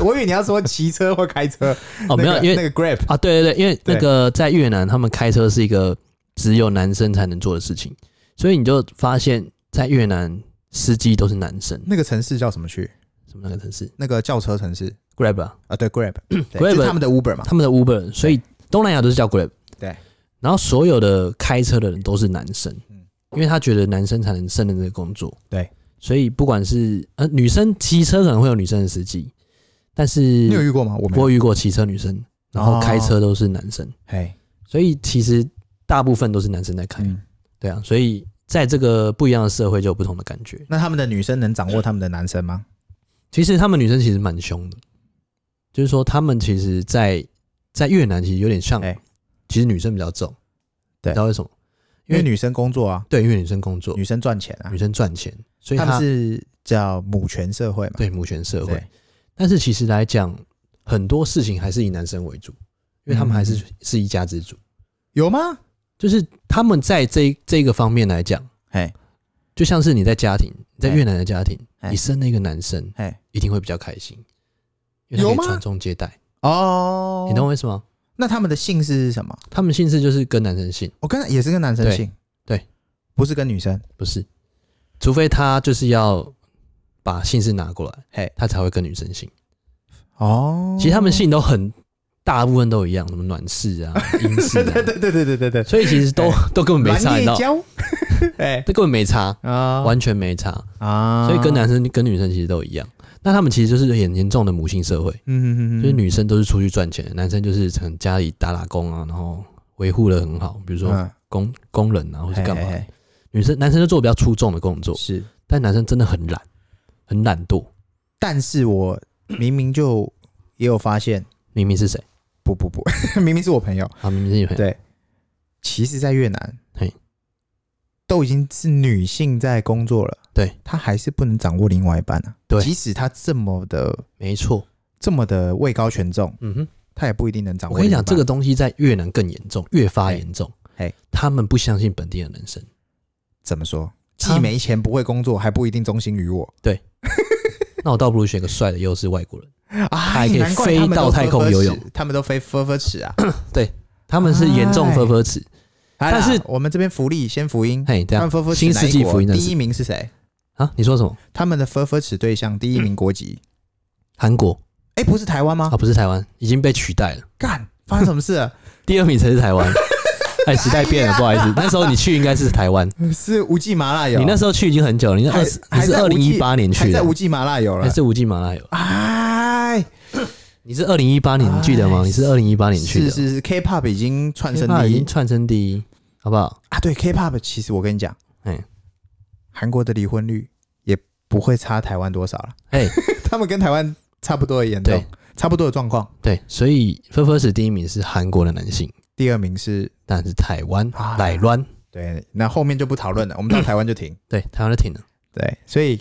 Speaker 2: 我以为你要说骑车或开车，
Speaker 1: 哦，
Speaker 2: 那
Speaker 1: 没有，
Speaker 2: 个
Speaker 1: 因为、
Speaker 2: 那个 Grab
Speaker 1: 啊，对对对，因为
Speaker 2: 对
Speaker 1: 那个在越南，他们开车是一个只有男生才能做的事情，所以你就发现，在越南司机都是男生，
Speaker 2: 那个城市叫什么去？
Speaker 1: 什么那个城市
Speaker 2: 那个轿车城市
Speaker 1: Grab 啊，
Speaker 2: 啊，对 Grab，对
Speaker 1: Grab
Speaker 2: 就是他们的 Uber 嘛。
Speaker 1: 他们的 Uber，所以东南亚都是叫 Grab。
Speaker 2: 对，
Speaker 1: 然后所有的开车的人都是男生，
Speaker 2: 嗯
Speaker 1: 因为他觉得男生才能胜任这个工作。
Speaker 2: 对，
Speaker 1: 所以不管是呃女生骑车可能会有女生的司机，但
Speaker 2: 你有
Speaker 1: 是
Speaker 2: 遇过吗？我没有哦
Speaker 1: 我。遇过骑车女生，然后开车都是男生，
Speaker 2: 哎，
Speaker 1: 所以其实大部分都是男生在开。
Speaker 2: 嗯，
Speaker 1: 对啊，所以在这个不一样的社会就有不同的感觉。
Speaker 2: 那他们的女生能掌握他们的男生吗？
Speaker 1: 其实他们女生其实蛮凶的，就是说他们其实在，在越南其实有点像，
Speaker 2: 哎
Speaker 1: 其实女生比较重，
Speaker 2: 对
Speaker 1: 你知道为什么？
Speaker 2: 因为女生工作啊，
Speaker 1: 对，因为女生工作，
Speaker 2: 女生赚钱啊
Speaker 1: 女，生赚钱，所以
Speaker 2: 他
Speaker 1: 她
Speaker 2: 们是叫母权社会嘛，
Speaker 1: 啊对母权社会
Speaker 2: 对。
Speaker 1: 但是其实来讲，很多事情还是以男生为主，因为他们还
Speaker 2: 嗯
Speaker 1: 是、是一家之主。
Speaker 2: 有吗？
Speaker 1: 就是他们在这一这一个方面来讲，
Speaker 2: 哎
Speaker 1: 就像是你在家庭，你在
Speaker 2: 哎
Speaker 1: 越南的家庭，
Speaker 2: 哎
Speaker 1: 你生了一个男生，
Speaker 2: 哎
Speaker 1: 一定会比较开心，因为他
Speaker 2: 有
Speaker 1: 可
Speaker 2: 吗
Speaker 1: 以传宗接代。
Speaker 2: 哦，
Speaker 1: 你懂我意思吗？
Speaker 2: 那他们的姓氏是什么？
Speaker 1: 他们姓氏就是跟男生姓，
Speaker 2: 我跟也是跟男生
Speaker 1: 对
Speaker 2: 姓，
Speaker 1: 对，
Speaker 2: 不是跟女生。
Speaker 1: 不是，除非他就是要把姓氏拿过来，
Speaker 2: 嘿，
Speaker 1: 他才会跟女生姓。
Speaker 2: 哦，
Speaker 1: 其实他们姓都很大部分都一样，什么暖氏 啊、英氏
Speaker 2: 对对
Speaker 1: 啊，
Speaker 2: 对对对对对对，
Speaker 1: 所以其实都都根本没差，
Speaker 2: 蓝
Speaker 1: 你
Speaker 2: 叶
Speaker 1: 知道，
Speaker 2: 胶， 哎
Speaker 1: 这根本没差，
Speaker 2: 啊
Speaker 1: 完全没差。
Speaker 2: 啊，
Speaker 1: 所以跟男生跟女生其实都一样。那他们其实就是很严重的母性社会，
Speaker 2: 嗯嗯嗯，
Speaker 1: 就是女生都是出去赚钱，男生就是从家里打打工啊，然后维护的很好，比如说
Speaker 2: 嗯
Speaker 1: 工工人啊，或是干
Speaker 2: 嘿嘿
Speaker 1: 嘛。女生男生就做比较出众的工作
Speaker 2: 嘿，是，
Speaker 1: 但男生真的很懒，很懒惰。
Speaker 2: 但是我明明就也有发现，
Speaker 1: 明明是 谁
Speaker 2: 不不不，明明是我朋友，
Speaker 1: 啊？明明是女朋友。
Speaker 2: 对，其实，在越南，
Speaker 1: 嘿，
Speaker 2: 都已经是女性在工作了，
Speaker 1: 对，
Speaker 2: 她还是不能掌握另外一半啊，
Speaker 1: 对
Speaker 2: 即使她这么的
Speaker 1: 没错。
Speaker 2: 这么的位高权重，
Speaker 1: 嗯哼，
Speaker 2: 啊她也不一定能掌握
Speaker 1: 我跟
Speaker 2: 另
Speaker 1: 你
Speaker 2: 一
Speaker 1: 讲，
Speaker 2: 半。
Speaker 1: 这个东西在越南更严重，越发
Speaker 2: 嘿
Speaker 1: 严重
Speaker 2: 嘿。
Speaker 1: 他们不相信本地的人生，
Speaker 2: 怎么说？
Speaker 1: 他
Speaker 2: 既没钱不会工作，还不一定忠心于我
Speaker 1: 那我倒不如选个帅的，又是外国人。
Speaker 2: 啊！
Speaker 1: 还可以
Speaker 2: 难怪他们
Speaker 1: 飞
Speaker 2: 都
Speaker 1: 到太空游泳
Speaker 2: 分分尺，他们都飞分分尺 啊！
Speaker 1: 他们是严重
Speaker 2: 哎
Speaker 1: 分分尺，但是
Speaker 2: 好啦我们这边福利先福音，
Speaker 1: 嘿，这样
Speaker 2: 他们分分尺
Speaker 1: 新世纪
Speaker 2: 哪一国
Speaker 1: 福音战士
Speaker 2: 第一名是谁？
Speaker 1: 啊？你说什么？
Speaker 2: 他们的分分尺对象第一
Speaker 1: 嗯
Speaker 2: 名国籍？
Speaker 1: 韩国？
Speaker 2: 哎，不是台湾吗
Speaker 1: 啊，？不是台湾，已经被取代了。
Speaker 2: 干，发生什么事 了？
Speaker 1: 第二名才是台 湾。哎，时代变了，
Speaker 2: 哎呀
Speaker 1: 不好意思，那时候你去应该是台湾，
Speaker 2: 是无忌麻辣油，
Speaker 1: 你那时候去已经很久了，你是
Speaker 2: 还
Speaker 1: 二十，你
Speaker 2: 还
Speaker 1: 是
Speaker 2: 在
Speaker 1: 二
Speaker 2: 无
Speaker 1: 零
Speaker 2: 忌
Speaker 1: 一八年
Speaker 2: 还
Speaker 1: 去
Speaker 2: 在
Speaker 1: 的
Speaker 2: 无，忌麻辣油了
Speaker 1: 还。是无忌马拉有？
Speaker 2: 哎，
Speaker 1: 你是二零一八年，你记得吗？
Speaker 2: 哎
Speaker 1: 你是二零一八年去
Speaker 2: 是
Speaker 1: 的，
Speaker 2: 是是，K-pop 已经窜升
Speaker 1: K-pop
Speaker 2: 第
Speaker 1: 已
Speaker 2: 一
Speaker 1: 经窜升第一，好不 好？
Speaker 2: 啊！对，K-pop 其实我跟你讲，
Speaker 1: 哎
Speaker 2: 韩国的离婚率也不会差台湾多少了，
Speaker 1: 哎，
Speaker 2: 他们跟台湾差不多的严重
Speaker 1: 对，
Speaker 2: 差不多的状况。
Speaker 1: 对，所以 First 第一名是韩国的男性，
Speaker 2: 第二名是
Speaker 1: 但是台湾
Speaker 2: 啊
Speaker 1: 奶湾，
Speaker 2: 对，那后面就不讨论了，我们到台湾就停。
Speaker 1: 对，台湾就停了。
Speaker 2: 对，所以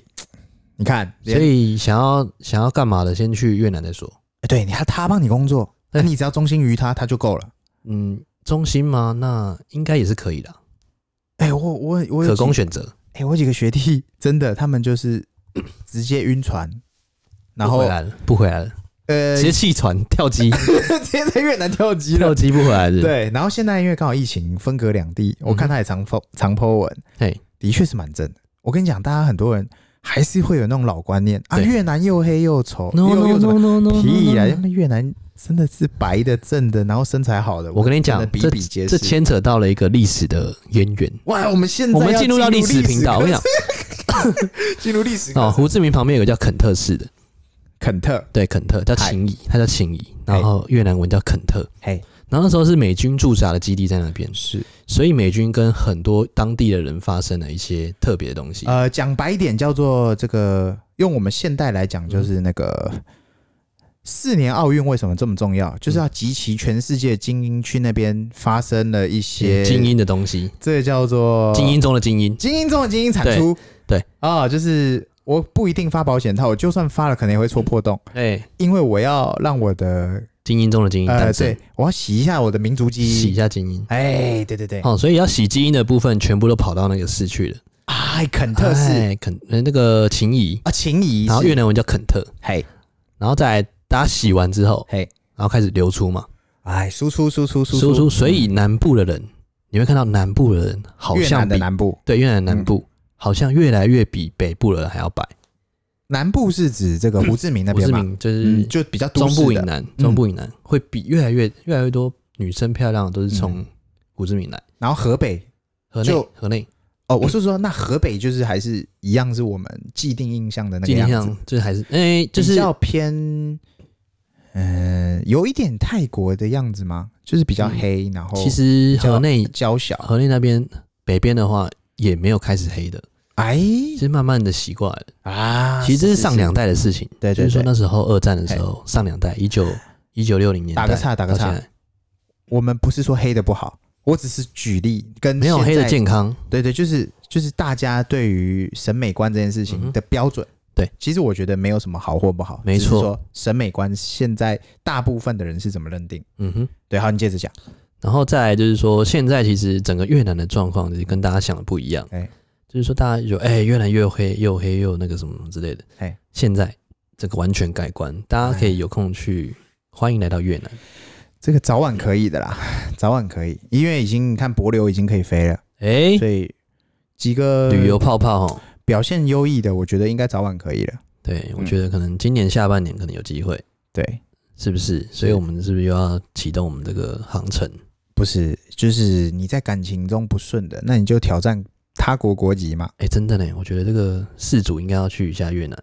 Speaker 2: 你看，
Speaker 1: 所
Speaker 2: 连
Speaker 1: 以想要想要干嘛的，先去越南再说。
Speaker 2: 对你他他帮你工作，那
Speaker 1: 对
Speaker 2: 你只要忠心于他，他就够了。
Speaker 1: 嗯，中心吗？那应该也是可以的，啊
Speaker 2: 哎，我我我有
Speaker 1: 可
Speaker 2: 几
Speaker 1: 供选择。
Speaker 2: 哎，我几个学弟真的，他们就是直接晕船，然
Speaker 1: 不
Speaker 2: 后
Speaker 1: 回来了，不回来了，
Speaker 2: 呃，
Speaker 1: 直 接弃船跳机。
Speaker 2: 直接在越南跳机
Speaker 1: 跳
Speaker 2: 了。
Speaker 1: 机不回来的。，
Speaker 2: 对，然后现在因为刚好疫情分隔两地，我看他也常 po 常 po 文，
Speaker 1: 嗯嘿，
Speaker 2: 的确是蛮正的。我跟你讲，大家很多人还是会有那种老观念啊，
Speaker 1: 对
Speaker 2: 越南又黑又丑，
Speaker 1: no
Speaker 2: 又
Speaker 1: no
Speaker 2: 又怎
Speaker 1: no
Speaker 2: 么啊
Speaker 1: no no，
Speaker 2: 屁呀？
Speaker 1: no,
Speaker 2: 因
Speaker 1: no
Speaker 2: 为越南真的是白的、正的，然后身材好的，
Speaker 1: 我跟你讲
Speaker 2: 真的，比
Speaker 1: 这
Speaker 2: 比皆
Speaker 1: 这
Speaker 2: 是。
Speaker 1: 牵扯到了一个历史的渊源。
Speaker 2: 哇，我们现在
Speaker 1: 我们
Speaker 2: 要
Speaker 1: 进
Speaker 2: 进
Speaker 1: 入到历史频道，我跟你
Speaker 2: 想
Speaker 1: 讲
Speaker 2: 进入历史
Speaker 1: 哦，
Speaker 2: 哦，
Speaker 1: 胡志明旁边有个叫肯特市的，
Speaker 2: 肯特，
Speaker 1: 对，肯特叫秦怡，它叫秦怡，然
Speaker 2: 哎
Speaker 1: 后越南文叫肯特。
Speaker 2: 嘿，
Speaker 1: 然后那时候是美军驻扎的基地在那边，
Speaker 2: 是
Speaker 1: 所以美军跟很多当地的人发生了一些特别的东西。
Speaker 2: 呃，讲白一点叫做这个，用我们现代来
Speaker 1: 嗯
Speaker 2: 讲就是那个。四年奥运为什么这么重要？就是要集齐全世界精英去那边发生了一些
Speaker 1: 嗯精，英的东西，
Speaker 2: 这叫做
Speaker 1: 精英中的精英，
Speaker 2: 精英中的精英产出。
Speaker 1: 对对
Speaker 2: 啊、就是我不一定发保险套，我就算发了，可能也会戳破洞，
Speaker 1: 哎，
Speaker 2: 因为我要让我的
Speaker 1: 精英中的精英
Speaker 2: 呃，
Speaker 1: 诞生
Speaker 2: 对，，我要洗一下我的民族记忆。
Speaker 1: 洗一下精英。
Speaker 2: 哎，对对对，
Speaker 1: 哦，所以要洗精英的部分全部都跑到那个市去了。
Speaker 2: 哎，肯特是
Speaker 1: 哎肯呃那个秦怡，
Speaker 2: 啊，情谊
Speaker 1: 然后越
Speaker 2: 是，
Speaker 1: 南文叫肯特，
Speaker 2: 嘿，
Speaker 1: 然后再来大家洗完之后，
Speaker 2: 嘿，
Speaker 1: 然后开始流出嘛，
Speaker 2: 哎，输出输出输
Speaker 1: 输出，所以南部的人，你会看到南部的人好
Speaker 2: 越南
Speaker 1: 像
Speaker 2: 的
Speaker 1: 比
Speaker 2: 南部，嗯
Speaker 1: 对越南南部好像越来越比北部的人还要白。
Speaker 2: 南部是指这个胡志明那
Speaker 1: 嗯胡
Speaker 2: 边
Speaker 1: 志
Speaker 2: 嘛？
Speaker 1: 明就是
Speaker 2: 嗯，就比较都
Speaker 1: 中
Speaker 2: 市
Speaker 1: 部以
Speaker 2: 的嗯
Speaker 1: 南，中部以南会比越来越越来越多女生漂亮的都是从胡志明来，
Speaker 2: 然后河北
Speaker 1: 河
Speaker 2: 嗯就
Speaker 1: 内河内
Speaker 2: 哦，
Speaker 1: 嗯
Speaker 2: 我是说，那河北就是还是一样，是我们既定印象的那个
Speaker 1: 基本
Speaker 2: 样子
Speaker 1: 上，就是还是哎就是
Speaker 2: 比较偏，嗯、有一点泰国的样子吗？就是比较黑，然后
Speaker 1: 嗯其实河内
Speaker 2: 娇小
Speaker 1: 河内那边北边的话也没有开始黑的，
Speaker 2: 哎
Speaker 1: 其实慢慢的习惯了，
Speaker 2: 啊，
Speaker 1: 呃其实这是上两
Speaker 2: 代，
Speaker 1: 代的事情。
Speaker 2: 对
Speaker 1: 就
Speaker 2: 对
Speaker 1: 是说
Speaker 2: 对，
Speaker 1: 那时候二战的时候，上两代一九一九六零年代，
Speaker 2: 打个岔打个
Speaker 1: 到
Speaker 2: 岔
Speaker 1: 现在，
Speaker 2: 我们不是说黑的不好，我只是举例跟
Speaker 1: 没有
Speaker 2: 现
Speaker 1: 黑的
Speaker 2: 在
Speaker 1: 健康，
Speaker 2: 对对，就是就是大家对于审美观这件事
Speaker 1: 嗯
Speaker 2: 情
Speaker 1: 哼
Speaker 2: 的标准。
Speaker 1: 对，
Speaker 2: 其实我觉得没有什么好或不好，
Speaker 1: 没
Speaker 2: 只是
Speaker 1: 错
Speaker 2: 说审美观现在大部分的人是怎么认定？
Speaker 1: 嗯哼。
Speaker 2: 对，好，你接着讲。
Speaker 1: 然后再来就是说，现在其实整个越南的状况就是跟大家想的不一样，
Speaker 2: 哎
Speaker 1: 就是说大家就哎、越南越黑又黑又那个什么之类的，
Speaker 2: 哎
Speaker 1: 现在这个完全改观，大家可以有空去，欢迎来到越南，
Speaker 2: 这个早晚可以的啦， 早晚可以，因为已经你看柏流已经可以飞了，
Speaker 1: 哎、
Speaker 2: 所以几个
Speaker 1: 旅游泡泡哈，
Speaker 2: 表现优异的，我觉得应该早晚可以了。
Speaker 1: 对我
Speaker 2: 嗯
Speaker 1: 觉得可能今年下半年可能有机会，
Speaker 2: 对，
Speaker 1: 是不是？所以我们是不是又要启动我们这个航程？
Speaker 2: 不是，就是你在感情中不顺的，那你就挑战他国国籍嘛。
Speaker 1: 哎、真的呢，我觉得这个事主应该要去一下越南，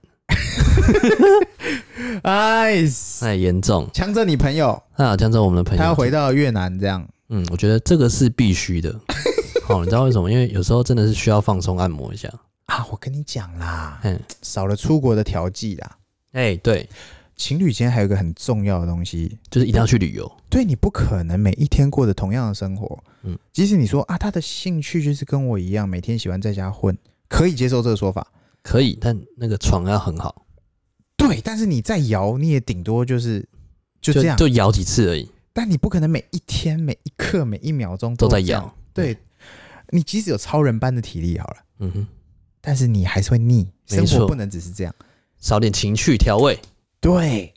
Speaker 2: 哎，
Speaker 1: 太严重，
Speaker 2: 强着你朋友，
Speaker 1: 他好像是我们的朋友，
Speaker 2: 他要回到越南这样。
Speaker 1: 嗯，我觉得这个是必须的。 哦，你知道为什么？因为有时候真的是需要放松按摩一下。
Speaker 2: 啊，我跟你讲啦，
Speaker 1: 嗯，
Speaker 2: 少了出国的调剂啦。
Speaker 1: 哎、对，
Speaker 2: 情侣间还有一个很重要的东西，
Speaker 1: 就是一定要去旅游。
Speaker 2: 对你不可能每一天过着同样的生活。
Speaker 1: 嗯
Speaker 2: 嗯，即使你说啊，他的兴趣就是跟我一样，每天喜欢在家混，可以接受这个说法。
Speaker 1: 可以，但那个床要很好，
Speaker 2: 对，但是你再摇，你也顶多就是就
Speaker 1: 就
Speaker 2: 这样。
Speaker 1: 就摇几次而已，
Speaker 2: 但你不可能每一天、每一刻、每一秒钟
Speaker 1: 都在
Speaker 2: 这样
Speaker 1: 摇。
Speaker 2: 对，你即使有超人般的体力好了，
Speaker 1: 嗯哼，
Speaker 2: 但是你还是会腻，
Speaker 1: 没
Speaker 2: 生
Speaker 1: 错
Speaker 2: 活不能只是这样。
Speaker 1: 少点情趣调味。
Speaker 2: 对，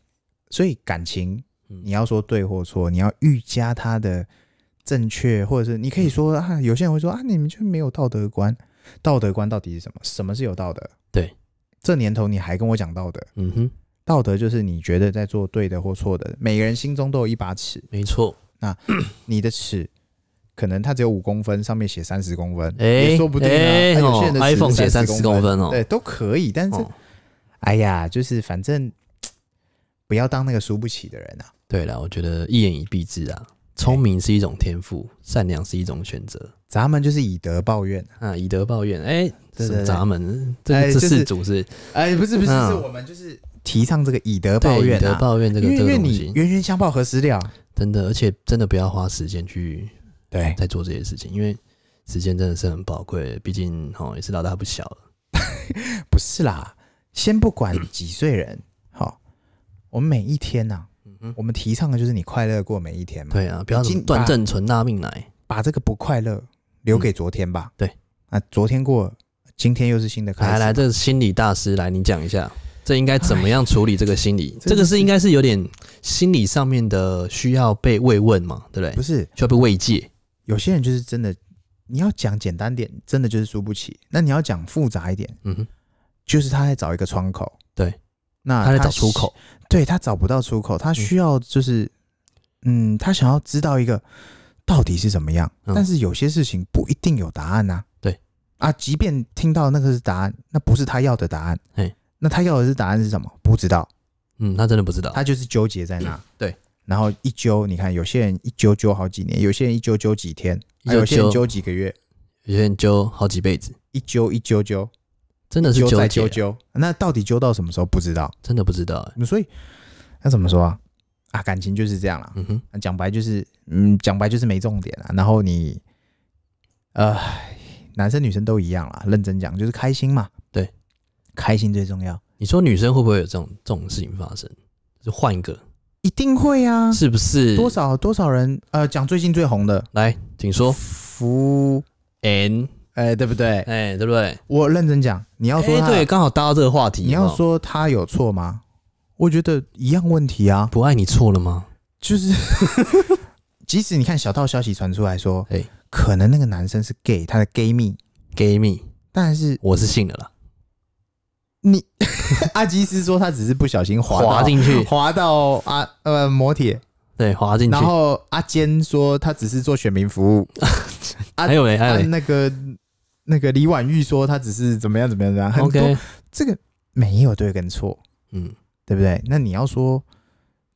Speaker 2: 所以感情
Speaker 1: 嗯
Speaker 2: 你要说对或错，你要欲加它的正确，或者是你可以
Speaker 1: 嗯
Speaker 2: 说啊，有些人会说啊，你们就没有道德观。道德观到底是什么？什么是有道德？
Speaker 1: 对，
Speaker 2: 这年头你还跟我讲道德？
Speaker 1: 嗯哼，
Speaker 2: 道德就是你觉得在做对的或错的，每个人心中都有一把尺，
Speaker 1: 没错。
Speaker 2: 你的尺可能它只有五公分，上面写三十公分，
Speaker 1: 哎、
Speaker 2: 也说不定啊。
Speaker 1: 哎
Speaker 2: 啊有些
Speaker 1: 哦
Speaker 2: 人的尺
Speaker 1: ，iPhone 写三
Speaker 2: 30
Speaker 1: 十公分哦。
Speaker 2: 对，都可以。但是，
Speaker 1: 哦，
Speaker 2: 哎呀，就是反正不要当那个输不起的人啊。
Speaker 1: 对了，我觉得一言以蔽之啊，聪明是一种天赋，善良是一种选择。
Speaker 2: 咱们就是以德报怨。
Speaker 1: 啊，以德报怨，哎、
Speaker 2: 对对
Speaker 1: 什么
Speaker 2: 对
Speaker 1: 闸门？这
Speaker 2: 哎
Speaker 1: 个这
Speaker 2: 就是
Speaker 1: 事主是
Speaker 2: 哎，不是不是，
Speaker 1: 嗯
Speaker 2: 是我们就是提倡这个以德报
Speaker 1: 对以
Speaker 2: 怨
Speaker 1: 德
Speaker 2: 啊。
Speaker 1: 报怨这个
Speaker 2: 因为
Speaker 1: 这
Speaker 2: 因
Speaker 1: 个
Speaker 2: 为
Speaker 1: 东
Speaker 2: 你
Speaker 1: 西，
Speaker 2: 冤冤相报何时了？
Speaker 1: 真的，而且真的不要花时间去
Speaker 2: 对，
Speaker 1: 在做这些事情，因为时间真的是很宝贵，毕竟哦也是老大不小了。
Speaker 2: 不是啦，先不管几岁人，好，我们每一天呐、
Speaker 1: 嗯哼，
Speaker 2: 我们提倡的就是你快乐过每一天嘛，
Speaker 1: 对啊，不要
Speaker 2: 嗯已
Speaker 1: 什
Speaker 2: 经
Speaker 1: 么断
Speaker 2: 把
Speaker 1: 正存纳命来，
Speaker 2: 把这个不快乐留给昨天吧。
Speaker 1: 嗯对，
Speaker 2: 啊，昨天过，今天又是新的开始。
Speaker 1: 来来，这个心理大师来，你讲一下，这应该怎么样处理这个心理？
Speaker 2: 真的
Speaker 1: 这个是
Speaker 2: 是
Speaker 1: 应该是有点心理上面的需要被慰问嘛，对不
Speaker 2: 不
Speaker 1: 对？
Speaker 2: 是
Speaker 1: 需要被慰藉，
Speaker 2: 有些人就是真的，你要讲简单点，真的就是输不起；那你要讲复杂一点，
Speaker 1: 嗯哼，
Speaker 2: 就是他在找一个窗口。
Speaker 1: 对，
Speaker 2: 那
Speaker 1: 他在找出
Speaker 2: 希
Speaker 1: 口，，
Speaker 2: 对啊他找不到出口，他需要就是，嗯他想要知道一个到底是怎么样，
Speaker 1: 嗯
Speaker 2: 但是有些事情不一定有答案呐、啊。
Speaker 1: 对
Speaker 2: 啊，即便听到那个是答案，那不是他要的答案
Speaker 1: 嘿。
Speaker 2: 那他要的是答案是什么？不知道，
Speaker 1: 嗯，他真的不知道，
Speaker 2: 他就是纠结在那。
Speaker 1: 对，
Speaker 2: 然后一揪，你看有些人一揪揪好几年，有些人一揪揪几天，
Speaker 1: 一
Speaker 2: 啊
Speaker 1: 揪
Speaker 2: 有些人
Speaker 1: 揪
Speaker 2: 揪几个月，
Speaker 1: 有些人揪好几辈子，
Speaker 2: 一揪一揪揪，
Speaker 1: 真的是
Speaker 2: 揪再
Speaker 1: 纠
Speaker 2: 揪
Speaker 1: 结，
Speaker 2: 揪，那到底揪到什么时候不知道？
Speaker 1: 真的不知道，哎
Speaker 2: 所以那怎么说啊？啊，感情就是这样啦。
Speaker 1: 嗯哼，
Speaker 2: 那讲白就是，嗯，讲白就是没重点啊。然后你，呃，男生女生都一样啦，认真讲就是开心嘛。
Speaker 1: 对，
Speaker 2: 开心最重要，
Speaker 1: 你说女生会不会有这种这种事情发生？就换一个，
Speaker 2: 一定会啊。
Speaker 1: 是不是？
Speaker 2: 多少多少人，呃，讲最近最红的
Speaker 1: 来，请说
Speaker 2: 服，
Speaker 1: N，
Speaker 2: 哎、对不对？
Speaker 1: 哎、对不对？
Speaker 2: 我认真讲，你要说
Speaker 1: 哎
Speaker 2: 他，
Speaker 1: 对，刚好搭到这个话题。
Speaker 2: 你
Speaker 1: 有
Speaker 2: 要
Speaker 1: 没有
Speaker 2: 说他有错吗？我觉得一样问题啊，
Speaker 1: 不爱你错了吗？
Speaker 2: 就是 即使你看小道消息传出来说，
Speaker 1: 哎
Speaker 2: 可能那个男生是 gay，他的 gay 蜜，
Speaker 1: ，gay 蜜，
Speaker 2: 但是
Speaker 1: 我是信了啦，
Speaker 2: 你 阿基斯说他只是不小心滑到
Speaker 1: 滑进去，
Speaker 2: 滑到阿呃摩铁，
Speaker 1: 对，滑进去
Speaker 2: 然。后阿坚说他只是做选民服务，啊
Speaker 1: 还有嘞，还
Speaker 2: 啊
Speaker 1: 有嘞
Speaker 2: 那个那个李婉玉说他只是怎么样怎么样怎么样，很多
Speaker 1: ，OK，
Speaker 2: 这个没有对跟错，
Speaker 1: 嗯，
Speaker 2: 对不对？那你要说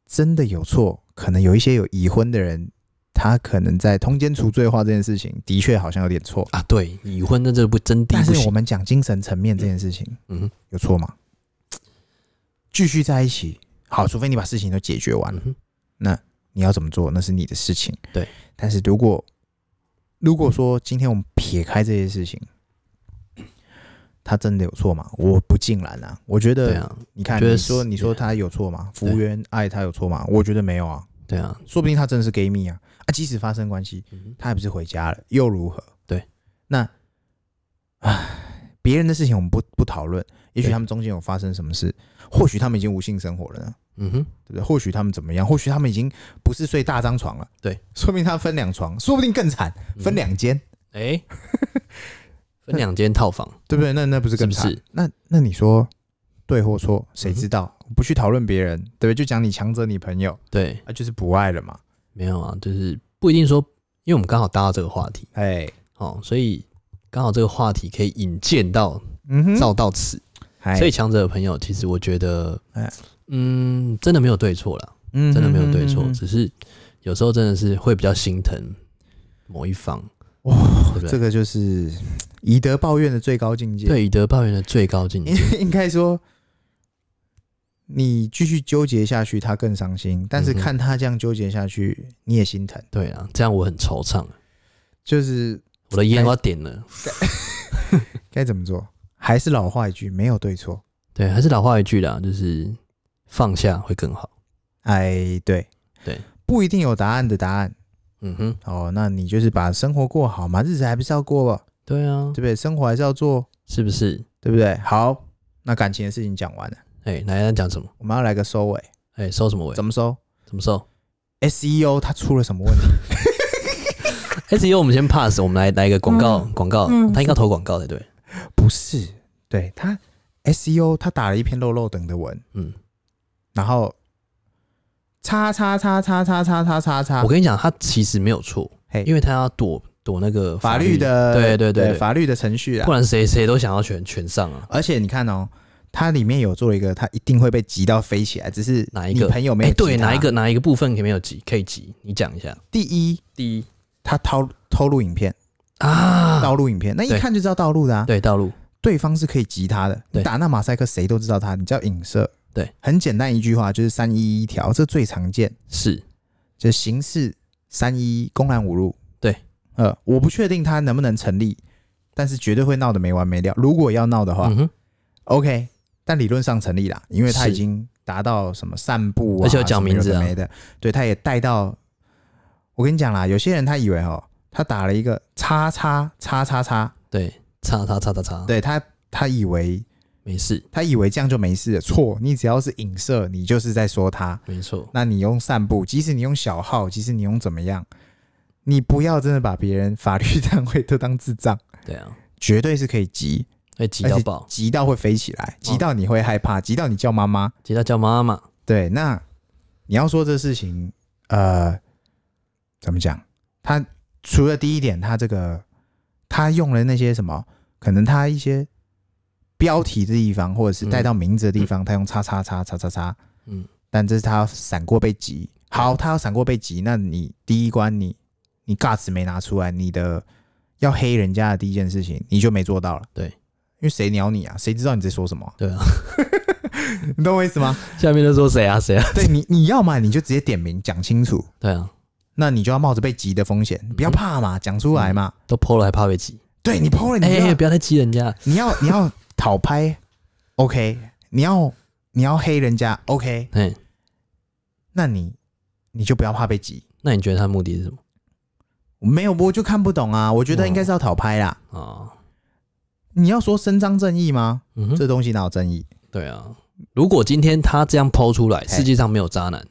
Speaker 2: 真的有错，可能有一些有已婚的人，他可能在通奸除罪化这件事情的确好像有点错，
Speaker 1: 啊，对，已婚的这不真的
Speaker 2: 但
Speaker 1: 不
Speaker 2: 是我
Speaker 1: 行，
Speaker 2: 们讲精神层面这件事情
Speaker 1: 嗯哼，
Speaker 2: 有错吗？继续在一起，好，除非你把事情都解决完了，
Speaker 1: 嗯哼
Speaker 2: 那你要怎么做那是你的事情。
Speaker 1: 对，
Speaker 2: 但是如果如果说今天我们撇开这些事情，他真的有错吗？我不尽然啊，我觉
Speaker 1: 对
Speaker 2: 得
Speaker 1: 啊，
Speaker 2: 你看，
Speaker 1: 觉得
Speaker 2: 你说
Speaker 1: 是啊
Speaker 2: 你说他有错吗？服务员爱他有错吗？我觉得没有啊，
Speaker 1: 对啊，
Speaker 2: 说不定他真的是 gay 蜜啊啊！即使发生关系，
Speaker 1: 嗯哼
Speaker 2: 他还不是回家了，又如何？
Speaker 1: 对，
Speaker 2: 那唉，别人的事情我们不不讨论，也许
Speaker 1: 对
Speaker 2: 他们中间有发生什么事，或许他们已经无性生活了呢，
Speaker 1: 嗯哼，
Speaker 2: 对不对？或许他们怎么样？或许他们已经不是睡大张床了，
Speaker 1: 对，嗯
Speaker 2: 说不定他分两床，说不定更惨，分两间，
Speaker 1: 哎， 分两间套房，
Speaker 2: 对不对？那那不是更惨？
Speaker 1: 是不是
Speaker 2: 那那你说对或错，谁
Speaker 1: 嗯哼
Speaker 2: 知道？不去讨论别人，对不对？就讲你强者你朋友
Speaker 1: 对，
Speaker 2: 啊，就是不爱了嘛，
Speaker 1: 没有啊，就是不一定说，因为我们刚好搭到这个话题，
Speaker 2: 哎，
Speaker 1: 哦，所以刚好这个话题可以引荐到
Speaker 2: 嗯哼，
Speaker 1: 照到此，
Speaker 2: 哎
Speaker 1: 所以强者的朋友，其实我觉得
Speaker 2: 哎，
Speaker 1: 嗯，真的没有对错啦，
Speaker 2: 真
Speaker 1: 真的没有对错，
Speaker 2: 嗯哼
Speaker 1: 只是有时候真的是会比较心疼某一方，
Speaker 2: 哇
Speaker 1: 对不
Speaker 2: 这
Speaker 1: 对？
Speaker 2: 个就是以德报怨的最高境界。
Speaker 1: 对以德报怨的最高境界
Speaker 2: 应， 应该说，你继续纠结下去，他更伤心。但是
Speaker 1: 嗯哼
Speaker 2: 看他这样纠结下去，你也心疼。
Speaker 1: 对啊，这样我很惆怅，啊
Speaker 2: 就是
Speaker 1: 我的
Speaker 2: 哎
Speaker 1: 烟都要点了。
Speaker 2: 该怎么做？还是老话一句，没有对错。
Speaker 1: 对，还是老话一句啦，就是放下会更好。
Speaker 2: 哎，对
Speaker 1: 对，
Speaker 2: 不一定有答案的答案。
Speaker 1: 嗯哼，
Speaker 2: 哦，那你就是把生活过好嘛，日子还不是要过吧，
Speaker 1: 对啊
Speaker 2: 对，不对？生活还是要做，
Speaker 1: 是不是？
Speaker 2: 对不对？好，那感情的事情讲完了，
Speaker 1: 哎，奶奶讲什么？
Speaker 2: 我们要来个收尾，
Speaker 1: 哎，收什么尾？
Speaker 2: 怎么收
Speaker 1: 怎么收
Speaker 2: ？SEO 它出了什么问题？
Speaker 1: ？S U 哎我们先 pass，我们来来一个广告，广告，他应该投广告才对。
Speaker 2: 不是，对他 SEO 他打了一篇漏漏等的文，
Speaker 1: 嗯，
Speaker 2: 然后叉叉叉叉叉叉叉叉叉
Speaker 1: 我，跟你讲，他其实没有错
Speaker 2: 嘿，
Speaker 1: 因为他要躲躲那个
Speaker 2: 法律的
Speaker 1: 对对对对，
Speaker 2: 法律的程序啊
Speaker 1: 不。然谁谁都想要全全上啊。
Speaker 2: 而且你看哦，它里面有做一个，它一定会被急到飞起来，只是
Speaker 1: 哪一
Speaker 2: 你
Speaker 1: 个
Speaker 2: 朋友没
Speaker 1: 哎，
Speaker 2: 有
Speaker 1: 对，
Speaker 2: 急它
Speaker 1: 哪一？个哪一个部分可没有急？可以急，你讲一下。
Speaker 2: 第一，
Speaker 1: 第一
Speaker 2: 他偷偷录影片，
Speaker 1: 啊，
Speaker 2: 盗录影片，那一
Speaker 1: 对
Speaker 2: 看就知道盗录的啊。
Speaker 1: 对，道路，
Speaker 2: 对方是可以急他的。你
Speaker 1: 对
Speaker 2: 打那马赛克，谁都知道他，你叫影射。
Speaker 1: 对，
Speaker 2: 很简单一句话，就是三一一条，这最常见。
Speaker 1: 是
Speaker 2: 就是刑事三一公然侮辱。
Speaker 1: 对，
Speaker 2: 呃，我不确定它能不能成立，但是绝对会闹得没完没了。如果要闹的话、
Speaker 1: 嗯哼，
Speaker 2: o k 但理论上成立啦，因为它
Speaker 1: 是
Speaker 2: 已经达到什么散步啊，
Speaker 1: 而且有讲名字啊
Speaker 2: 什么有的没的，对，他也带到。我跟你讲啦，有些人他以为哦，他打了一个叉叉叉叉叉，
Speaker 1: 对，叉叉叉叉叉，
Speaker 2: 对他他以为
Speaker 1: 没事，
Speaker 2: 他以为这样就没事了，错，你只要是影射，你就是在说他。
Speaker 1: 没错，
Speaker 2: 那你用散步，即使你用小号，即使你用怎么样，你不要真的把别人法律 单位都当智障，
Speaker 1: 对啊，
Speaker 2: 绝对是可以急，
Speaker 1: 会急到
Speaker 2: 而且
Speaker 1: 爆，
Speaker 2: 急到会飞起来，急到你会害怕，急到你叫妈妈。
Speaker 1: 急到叫妈妈，
Speaker 2: 对，那你要说这事情，呃，怎么讲？他除了第一点，他这个他用了那些什么，可能他一些标题的地方，或者是带到名字的地方，他用叉叉叉叉叉叉，
Speaker 1: 嗯，
Speaker 2: 但这是他闪过被击。好，他要闪过被击，那你第一关你你 guts 没拿出来，你的要黑人家的第一件事情你就没做到了，
Speaker 1: 对
Speaker 2: 因为谁鸟你啊？谁知道你在说什么啊、
Speaker 1: 对啊，
Speaker 2: 你懂我意思吗？
Speaker 1: 下面就说谁啊谁啊，
Speaker 2: 对你，你要嘛你就直接点名讲清楚，
Speaker 1: 对啊，
Speaker 2: 那你就要冒着被急的风险，你不要怕嘛，讲出来嘛。
Speaker 1: 都 PO 了还怕被急，
Speaker 2: 对你抛了，你
Speaker 1: 哎、
Speaker 2: 就要
Speaker 1: 哎不要再激人家，
Speaker 2: 你要你要讨拍，OK，你要你要黑人家，OK，
Speaker 1: 哎、
Speaker 2: 那你你就不要怕被急。
Speaker 1: 那你觉得他目的是什么
Speaker 2: 没有，我就看不懂啊，我觉得应该是要讨拍啦。
Speaker 1: 啊、
Speaker 2: 你要说伸张正义吗？
Speaker 1: 嗯哼，
Speaker 2: 这东西哪有正义？
Speaker 1: 对啊，如果今天他这样抛出来，
Speaker 2: 哎
Speaker 1: 世界上没有渣男，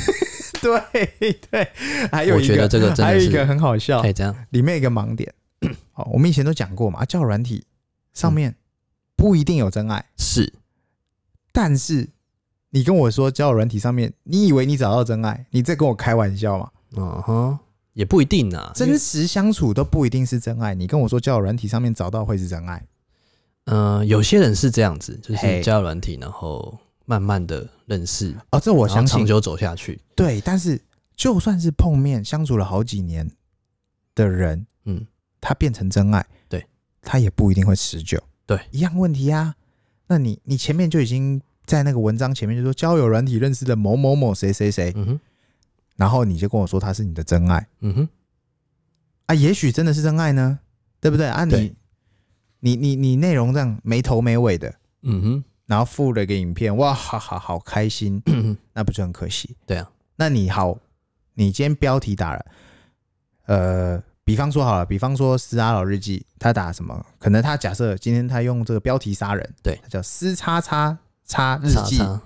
Speaker 2: 对对，还有
Speaker 1: 我
Speaker 2: 一
Speaker 1: 觉得
Speaker 2: 个，
Speaker 1: 这个真的是
Speaker 2: 还有一个很好笑
Speaker 1: 可，以这样，
Speaker 2: 里面有一个盲点。 好，我们以前都讲过嘛，啊交友软体上面不一定有真爱。
Speaker 1: 是
Speaker 2: 但是你跟我说交友软体上面，你以为你找到真爱？你在跟我开玩笑吗？
Speaker 1: 嗯哼，也不一定啊。因
Speaker 2: 真
Speaker 1: 为，
Speaker 2: 实相处都不一定是真爱。你跟我说交友软体上面找到会是真爱，
Speaker 1: 嗯、有些人是这样子，就
Speaker 2: 嘿
Speaker 1: 是加入软体，然后慢慢的认识，
Speaker 2: 哦，这我
Speaker 1: 然后
Speaker 2: 相
Speaker 1: 长
Speaker 2: 信。
Speaker 1: 久走下去。
Speaker 2: 对，但是就算是碰面相处了好几年的人，
Speaker 1: 嗯，
Speaker 2: 他变成真爱，
Speaker 1: 对，
Speaker 2: 他也不一定会持久，
Speaker 1: 对，
Speaker 2: 一样问题啊。那你你前面就已经在那个文章前面就说交友软体认识的某某某谁谁谁，
Speaker 1: 嗯哼，
Speaker 2: 然后你就跟我说他是你的真爱
Speaker 1: 嗯哼，
Speaker 2: 啊，也许真的是真爱呢，对不对啊你？
Speaker 1: 对
Speaker 2: 你你你内容这样没头没尾的，
Speaker 1: 嗯哼，
Speaker 2: 然后附了一个影片，哇，哈哈，好开心，
Speaker 1: 嗯哼
Speaker 2: 那不是很可惜？
Speaker 1: 对啊，
Speaker 2: 那你好，你今天标题打了，呃，比方说好了，比方说《斯阿老日记》，他打什么？可能他假设今天他用这个标题杀人，
Speaker 1: 对
Speaker 2: 他叫“斯叉叉叉日
Speaker 1: 叉
Speaker 2: 记”，
Speaker 1: 叉，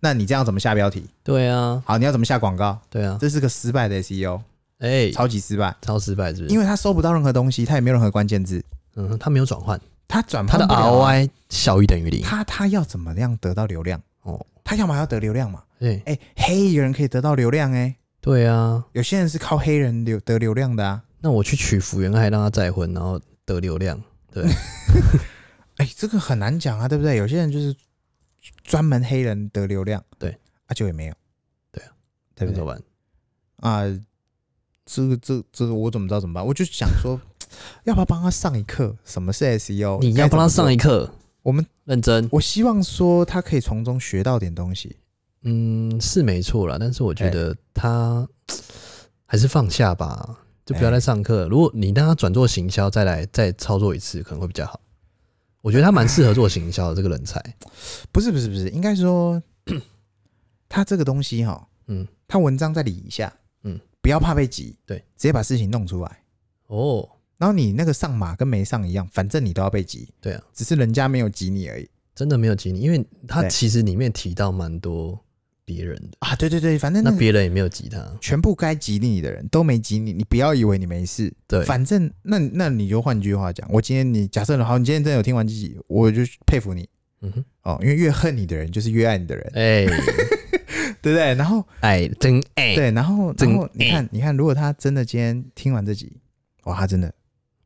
Speaker 2: 那你这样怎么下标题？
Speaker 1: 对啊，
Speaker 2: 好，你要怎么下广告？
Speaker 1: 对啊，
Speaker 2: 这是个失败的 SEO，
Speaker 1: 哎，
Speaker 2: 超级失败，
Speaker 1: 超失败是不是？
Speaker 2: 因为他搜不到任何东西，他也没有任何关键字，
Speaker 1: 嗯哼，他没有转换，
Speaker 2: 他转
Speaker 1: 他
Speaker 2: 换
Speaker 1: 的
Speaker 2: 不了啊
Speaker 1: ROI 小于等于零。
Speaker 2: 他他要怎么样得到流量？
Speaker 1: 哦，
Speaker 2: 他要么要得流量嘛？
Speaker 1: 对，
Speaker 2: 哎、黑人可以得到流量哎、
Speaker 1: 对啊，
Speaker 2: 有些人是靠黑人流得流量的啊。
Speaker 1: 那我去娶福原爱让她再婚，然后得流量，对，
Speaker 2: 哎、这个很难讲啊，对不对？有些人就是专门黑人得流量，
Speaker 1: 对，
Speaker 2: 啊，就也没有，
Speaker 1: 对啊，
Speaker 2: 对不
Speaker 1: 那怎
Speaker 2: 对？
Speaker 1: 么办？
Speaker 2: 啊、这个这个这个我怎么知道怎么办？我就想说， 要不要帮他上一课？什么是 E SEO？
Speaker 1: 你要帮他上
Speaker 2: 一，
Speaker 1: 一课，
Speaker 2: 我们
Speaker 1: 认真，
Speaker 2: 我希望说他可以从中学到点东西。
Speaker 1: 嗯，是没错啦，但是我觉
Speaker 2: 哎
Speaker 1: 得他还是放下吧，就不要再上课了。如果你让他转做行销，再来再操作一次，可能会比较好。我觉得他蛮适合做行销的这个人才，
Speaker 2: 不是不是不是，应该说他这个东西哈，
Speaker 1: 嗯，
Speaker 2: 他文章再理一下，
Speaker 1: 嗯，
Speaker 2: 不要怕被挤，
Speaker 1: 对，
Speaker 2: 直接把事情弄出来。
Speaker 1: 哦，
Speaker 2: 然后你那个上马跟没上一样，反正你都要被挤，
Speaker 1: 对啊，
Speaker 2: 只是人家没有挤你而已
Speaker 1: 真的没有激你，因为他
Speaker 2: 对
Speaker 1: 其实里面提到蛮多别人的，
Speaker 2: 啊。对对对，反正
Speaker 1: 那
Speaker 2: 那
Speaker 1: 别人也没有挤他，
Speaker 2: 全部该挤你的人都没挤你，你不要以为你没事。
Speaker 1: 对，
Speaker 2: 反正那那你就换句话讲，我今天你假设好，你今天真的有听完这集，我就佩服你
Speaker 1: 嗯哼，
Speaker 2: 哦，因为越恨你的人就是越爱你的人，
Speaker 1: 哎、
Speaker 2: 对不对？然后
Speaker 1: 哎，真爱，
Speaker 2: 对，然后
Speaker 1: 真
Speaker 2: 然后你看你看，如果他真的今天听完这集，哇，他真的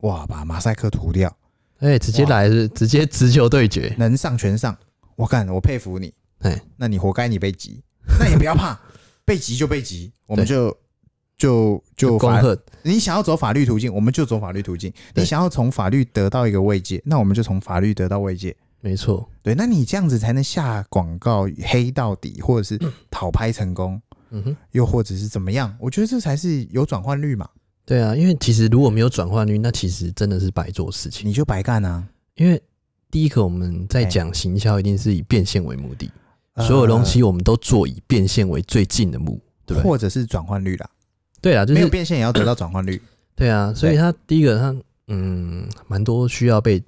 Speaker 2: 哇把马赛克涂掉，
Speaker 1: 哎、直接
Speaker 2: 哇
Speaker 1: 来是直接直球对决，
Speaker 2: 能上全上，我干，我佩服你。
Speaker 1: 哎，
Speaker 2: 那你活该你被急，那也不要怕， 被急就被急，我们
Speaker 1: 对
Speaker 2: 就就就
Speaker 1: 恭
Speaker 2: 法，
Speaker 1: 贺，
Speaker 2: 你想要走法律途径，我们就走法律途径；
Speaker 1: 对
Speaker 2: 你想要从法律得到一个慰藉，那我们就从法律得到慰藉。
Speaker 1: 没错，
Speaker 2: 对，那你这样子才能下广告黑到底，或 者是讨拍成功，
Speaker 1: 嗯哼。
Speaker 2: 又或者是怎么样？我觉得这才是有转换率嘛，
Speaker 1: 对啊，因为其实如果没有转换率，那其实真的是白做事情。
Speaker 2: 你就白干啊。
Speaker 1: 因为第一个，我们在
Speaker 2: 哎呃
Speaker 1: 讲行销，一定是以变现为目的，所有东西我们都做以变现为最近的目，对
Speaker 2: 呃，
Speaker 1: 不对？
Speaker 2: 或者是转换率啦，
Speaker 1: 对啊，就
Speaker 2: 没有
Speaker 1: 是
Speaker 2: 变现也要得到转换率。
Speaker 1: 对啊，所以他第一个，他嗯，蛮多需要被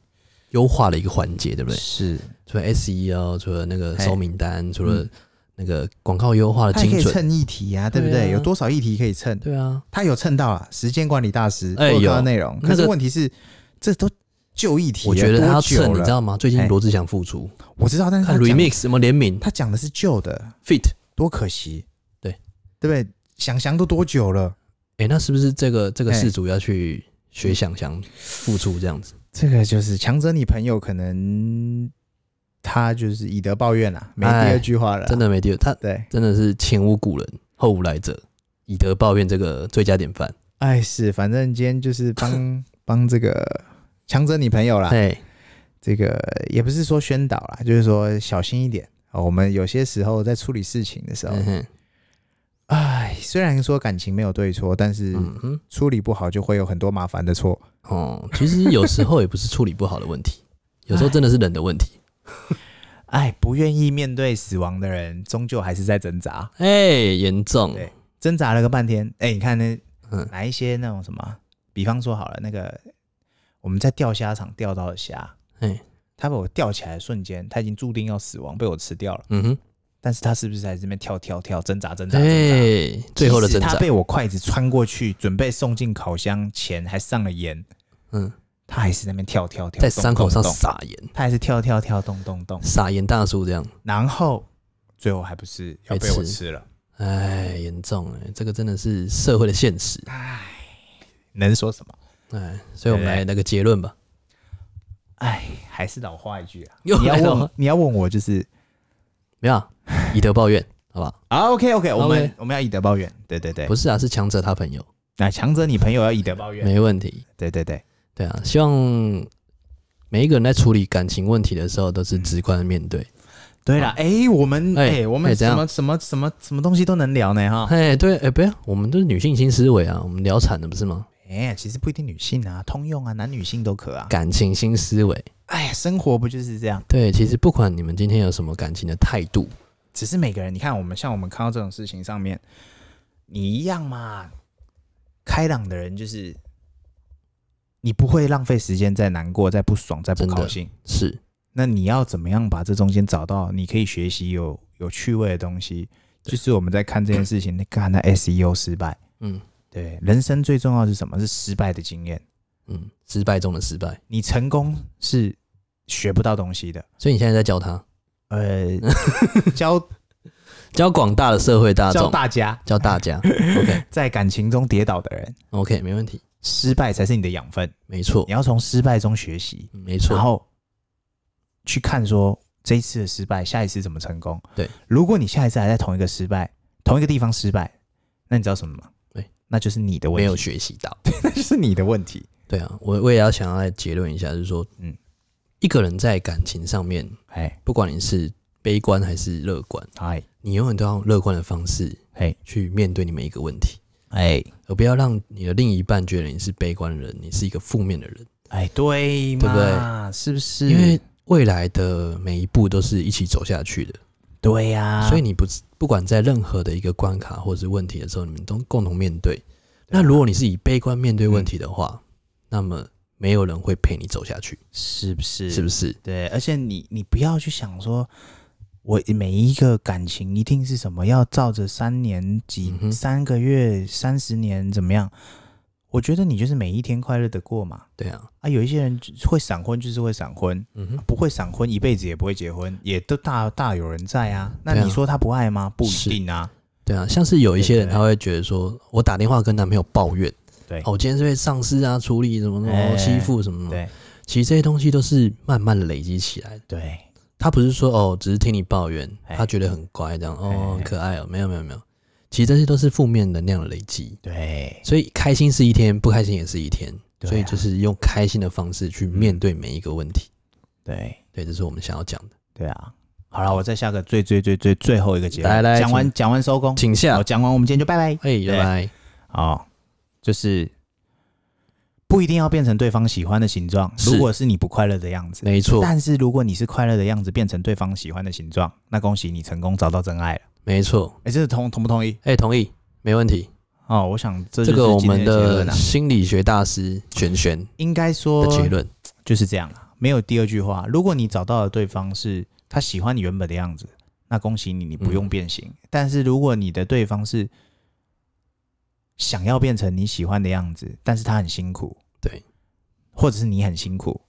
Speaker 1: 优化的一个环节， 对不对？
Speaker 2: 是，
Speaker 1: 除了 SEO，除了那个
Speaker 2: 哎嗯
Speaker 1: 收名单，除了那个广告优化的
Speaker 2: 它也可
Speaker 1: 啊精
Speaker 2: 以
Speaker 1: 准，
Speaker 2: 蹭议题啊，对不
Speaker 1: 对啊
Speaker 2: 对？有多少议题可以蹭？
Speaker 1: 对啊，
Speaker 2: 他有蹭到啊，时间管理大师，
Speaker 1: 哎
Speaker 2: 我有看
Speaker 1: 有
Speaker 2: 到内容。
Speaker 1: 那个
Speaker 2: 可是问题是，这都旧议题了，啊
Speaker 1: 我觉得他要
Speaker 2: 多久
Speaker 1: 趁，你
Speaker 2: 了
Speaker 1: 知道吗？最近
Speaker 2: 哎
Speaker 1: 罗志祥复出，
Speaker 2: 我知道，但是他
Speaker 1: 看
Speaker 2: 讲
Speaker 1: remix 什么联名
Speaker 2: 他讲的是旧的，
Speaker 1: fit，
Speaker 2: 多可惜，
Speaker 1: 对
Speaker 2: 对不对？想想都多久了？
Speaker 1: 哎、那是不是这个这个
Speaker 2: 哎
Speaker 1: 事主要去学想想付出这样子？
Speaker 2: 这个就是强者，你朋友可能他就是以德报怨啊，没第
Speaker 1: 哎
Speaker 2: 二句话了啊，
Speaker 1: 真的没丢，他
Speaker 2: 对，
Speaker 1: 真的是前无古人后无来者，以德报怨这个最佳典范。
Speaker 2: 哎是，反正今天就是 帮帮这个强者你朋友啦，
Speaker 1: 哎、
Speaker 2: 这个也不是说宣导啦，就是说小心一点。哦我们有些时候在处理事情的时候，
Speaker 1: 嗯哼，
Speaker 2: 唉，虽然说感情没有对错，但是
Speaker 1: 嗯哼，
Speaker 2: 处理不好就会有很多麻烦的错。
Speaker 1: 哦，其实有时候也不是处理不好的问 题，有时候真的是人的问题。
Speaker 2: 唉，哎不愿意面对死亡的人，终究还是在挣扎，
Speaker 1: 哎、严重，
Speaker 2: 对挣扎了个半天。哎，你看那
Speaker 1: 嗯
Speaker 2: 哪一些那种什么，比方说好了，那个我们在钓虾场钓到的虾，
Speaker 1: 哎，
Speaker 2: 它被我钓起来的瞬间，它已经注定要死亡，被我吃掉了。
Speaker 1: 嗯哼，
Speaker 2: 但是它是不是在这边跳跳跳，挣扎挣扎
Speaker 1: 哎、
Speaker 2: 挣扎？
Speaker 1: 最后的挣
Speaker 2: 即使
Speaker 1: 扎
Speaker 2: 它，被我筷子穿过去，准备送进烤箱前，还上了盐，
Speaker 1: 嗯，
Speaker 2: 它还是在那边跳跳跳，
Speaker 1: 在
Speaker 2: 动
Speaker 1: 伤口上
Speaker 2: 动动
Speaker 1: 撒盐，
Speaker 2: 他还是跳跳跳动动动，
Speaker 1: 撒盐大叔这样，
Speaker 2: 然后最后还不是要被
Speaker 1: 被
Speaker 2: 我
Speaker 1: 吃
Speaker 2: 吃了，
Speaker 1: 哎，严重哎、这个真的是社会的现实，
Speaker 2: 能说什么？
Speaker 1: 哎，所以我们
Speaker 2: 对不对
Speaker 1: 来那个结论吧。
Speaker 2: 哎， 还是老话一句啊，
Speaker 1: 又
Speaker 2: 你要
Speaker 1: 来了吗
Speaker 2: 问你要问我就是
Speaker 1: 没有啊，以德报怨，好吧？
Speaker 2: 啊，OK OK，我们
Speaker 1: OK
Speaker 2: 我们要以德报怨，对对对
Speaker 1: 不，嗯是啊，是强者他朋友，
Speaker 2: 那强者你朋友要以德报怨，
Speaker 1: 没问题。
Speaker 2: 对对对，
Speaker 1: 对啊，希望每一个人在处理感情问题的时候，都
Speaker 2: 嗯
Speaker 1: 是直观的面对。
Speaker 2: 对啦，哎，我们
Speaker 1: 哎
Speaker 2: 哎我们
Speaker 1: 哎怎
Speaker 2: 什
Speaker 1: 样
Speaker 2: 么什么什么什么东西都能聊呢哈，
Speaker 1: 哎、对，哎、不要，我们都是女性新思维啊，我们聊惨了不是吗？
Speaker 2: 哎，其实不一定女性啊，通用啊，男女性都可啊，
Speaker 1: 感情新思维，
Speaker 2: 哎，生活不就是这样？
Speaker 1: 对，其实不管你们今天有什么感情的态度，
Speaker 2: 只是每个人，你看我们像我们看到这种事情上面，你一样嘛。开朗的人就是你不会浪费时间在难过、在不爽、在不
Speaker 1: 真的
Speaker 2: 高兴。
Speaker 1: 是
Speaker 2: 那你要怎么样把这中间找到你可以学习有有趣味的东西？就是我们在看这件事情，你看他 SEO 失败，
Speaker 1: 嗯
Speaker 2: 对，人生最重要的是什么？是失败的经验。
Speaker 1: 嗯，失败中的失败。
Speaker 2: 你成功是学不到东西的。
Speaker 1: 所以你现在在教他，
Speaker 2: 呃，教
Speaker 1: 教广大的社会大
Speaker 2: 教
Speaker 1: 众，
Speaker 2: 大家
Speaker 1: 教大 家。OK
Speaker 2: 在感情中跌倒的人，
Speaker 1: OK，没问题，
Speaker 2: 失败才是你的养分。
Speaker 1: 没错
Speaker 2: 你，要从失败中学习，
Speaker 1: 嗯没
Speaker 2: 然
Speaker 1: 错，
Speaker 2: 后去看说这一次的失败，下一次怎么成功。
Speaker 1: 对，
Speaker 2: 如果你下一次还在同一个失败、同一个地方失败，那你知道什么吗？
Speaker 1: 对，
Speaker 2: 那就是你的
Speaker 1: 没
Speaker 2: 问
Speaker 1: 有
Speaker 2: 题，
Speaker 1: 学习到。
Speaker 2: 那就是你的问题。
Speaker 1: 对啊，我我也要想要来结论一下，就是说，
Speaker 2: 嗯
Speaker 1: 嗯，一个人在感情上面，
Speaker 2: 哎
Speaker 1: 不管你是悲观还是乐观，
Speaker 2: 哎
Speaker 1: 你永远都要用乐观的方式
Speaker 2: 哎
Speaker 1: 去面对你每一个问题，
Speaker 2: 哎
Speaker 1: 而不要让你的另一半觉得你是悲观的人，你是一个负面的人，
Speaker 2: 哎，对嘛？
Speaker 1: 对不对
Speaker 2: 是不是？
Speaker 1: 因为未来的每一步都是一起走下去的，
Speaker 2: 对呀、
Speaker 1: 所以你不不管在任何的一个关卡或者是问题的时候，你们都共同面对。
Speaker 2: 啊
Speaker 1: 那如果你是以悲观面对
Speaker 2: 嗯
Speaker 1: 问题的话，那么没有人会陪你走下去，
Speaker 2: 是不是？
Speaker 1: 是不是？
Speaker 2: 对，而且你你不要去想说，我每一个感情一定是什么要照着三年几、
Speaker 1: 嗯哼
Speaker 2: 三个月三十年怎么样？我觉得你就是每一天快乐的过嘛。
Speaker 1: 对啊，
Speaker 2: 啊，有一些人就会闪婚，就是会闪婚，
Speaker 1: 嗯哼，
Speaker 2: 不会闪婚一辈子也不会结婚，也都大大有人在啊。那
Speaker 1: 对啊
Speaker 2: 你说他不爱吗？不一
Speaker 1: 是
Speaker 2: 定啊。
Speaker 1: 对啊，像是有一些人
Speaker 2: 对对
Speaker 1: 他会觉得说，我打电话跟男朋友抱怨，
Speaker 2: 对
Speaker 1: 哦，我今天是被上司啊处理什么什
Speaker 2: 哎
Speaker 1: 么欺负什么什么，
Speaker 2: 对
Speaker 1: 其实这些东西都是慢慢的累积起来的。
Speaker 2: 对，
Speaker 1: 他不是说哦，只是听你抱怨，
Speaker 2: 哎
Speaker 1: 他觉得很乖这样，
Speaker 2: 哎
Speaker 1: 哦，很可爱哦，没有没有没有，其实这些都是负面能量的累积。
Speaker 2: 对，
Speaker 1: 所以开心是一天，不开心也是一天，
Speaker 2: 对啊
Speaker 1: 所以就是用开心的方式去面对每一个问题。
Speaker 2: 对，
Speaker 1: 对，这是我们想要讲的。
Speaker 2: 对啊。好了，我再下个最最最最最后一个结论，
Speaker 1: 来来
Speaker 2: 讲完讲完收工，
Speaker 1: 请下
Speaker 2: 好，，讲完我们今天就拜拜。
Speaker 1: 哎，拜拜。
Speaker 2: 哦，就是不一定要变成对方喜欢的形状。
Speaker 1: 是
Speaker 2: 如果是你不快乐的样子，
Speaker 1: 没错，
Speaker 2: 但是如果你是快乐的样子，变成对方喜欢的形状，那恭喜你成功找到真爱了。
Speaker 1: 没错。
Speaker 2: 哎、这是同同不同意？
Speaker 1: 哎，同意，没问题。
Speaker 2: 哦，我想这
Speaker 1: 这
Speaker 2: 就是
Speaker 1: 个我
Speaker 2: 今天
Speaker 1: 们
Speaker 2: 的结
Speaker 1: 的
Speaker 2: 论啊，
Speaker 1: 心理学大师璇璇
Speaker 2: 应该说
Speaker 1: 的结论。
Speaker 2: 就是这样了，没有第二句话。如果你找到的对方是他喜欢你原本的样子，那恭喜你，你不
Speaker 1: 嗯
Speaker 2: 用变形。但是如果你的对方是想要变成你喜欢的样子，但是他很辛苦，
Speaker 1: 对，
Speaker 2: 或者是你很辛苦，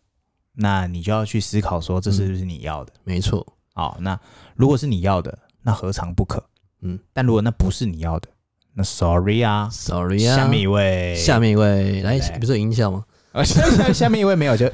Speaker 2: 那你就要去思考说，这是
Speaker 1: 嗯
Speaker 2: 不是你要的？
Speaker 1: 没错，
Speaker 2: 好、那如果是你要的，那何尝不可？
Speaker 1: 嗯，
Speaker 2: 但如果那不是你要的，那 sorry 啊。
Speaker 1: ，sorry 啊。
Speaker 2: 下面一位，
Speaker 1: 下面一位，来
Speaker 2: 来，
Speaker 1: 不是有音效吗？
Speaker 2: 啊，下下下面一位没有 就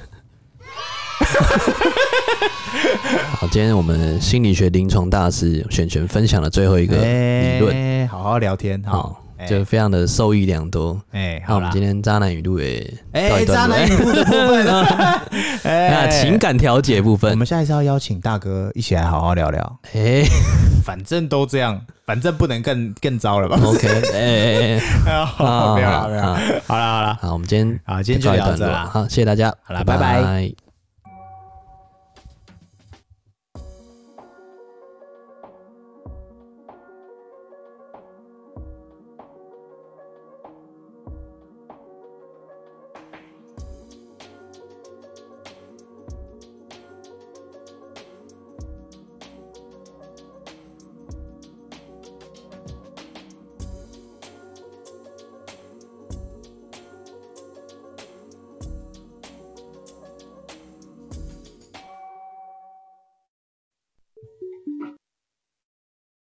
Speaker 1: 好，今天我们心理学临床大师璇璇分享了最后一
Speaker 2: 一
Speaker 1: 个呃理论，
Speaker 2: 好哎好聊天哈。
Speaker 1: 好，
Speaker 2: 哎
Speaker 1: 就非常的受益良多。
Speaker 2: 哎，
Speaker 1: 那
Speaker 2: 好
Speaker 1: 我
Speaker 2: 啦
Speaker 1: 们今，天渣男语录也
Speaker 2: 哎、
Speaker 1: 到一
Speaker 2: 渣
Speaker 1: 段落
Speaker 2: 男语录的部分 哎呢？
Speaker 1: 那情感调解部
Speaker 2: 我
Speaker 1: 分，
Speaker 2: 们下一次要邀请大哥一起来好好聊聊。
Speaker 1: 哎
Speaker 2: 反正都这样，反正不能更更糟了吧？
Speaker 1: ，OK，哎哎哎，
Speaker 2: 哦好没有了，没有了。
Speaker 1: 好
Speaker 2: 好了，好了，
Speaker 1: 好，我们今天
Speaker 2: 好，今天就
Speaker 1: 告一
Speaker 2: 聊
Speaker 1: 段
Speaker 2: 这
Speaker 1: 落，
Speaker 2: 啦。
Speaker 1: 好，谢谢大家，
Speaker 2: 好啦拜
Speaker 1: 拜
Speaker 2: 拜
Speaker 1: 拜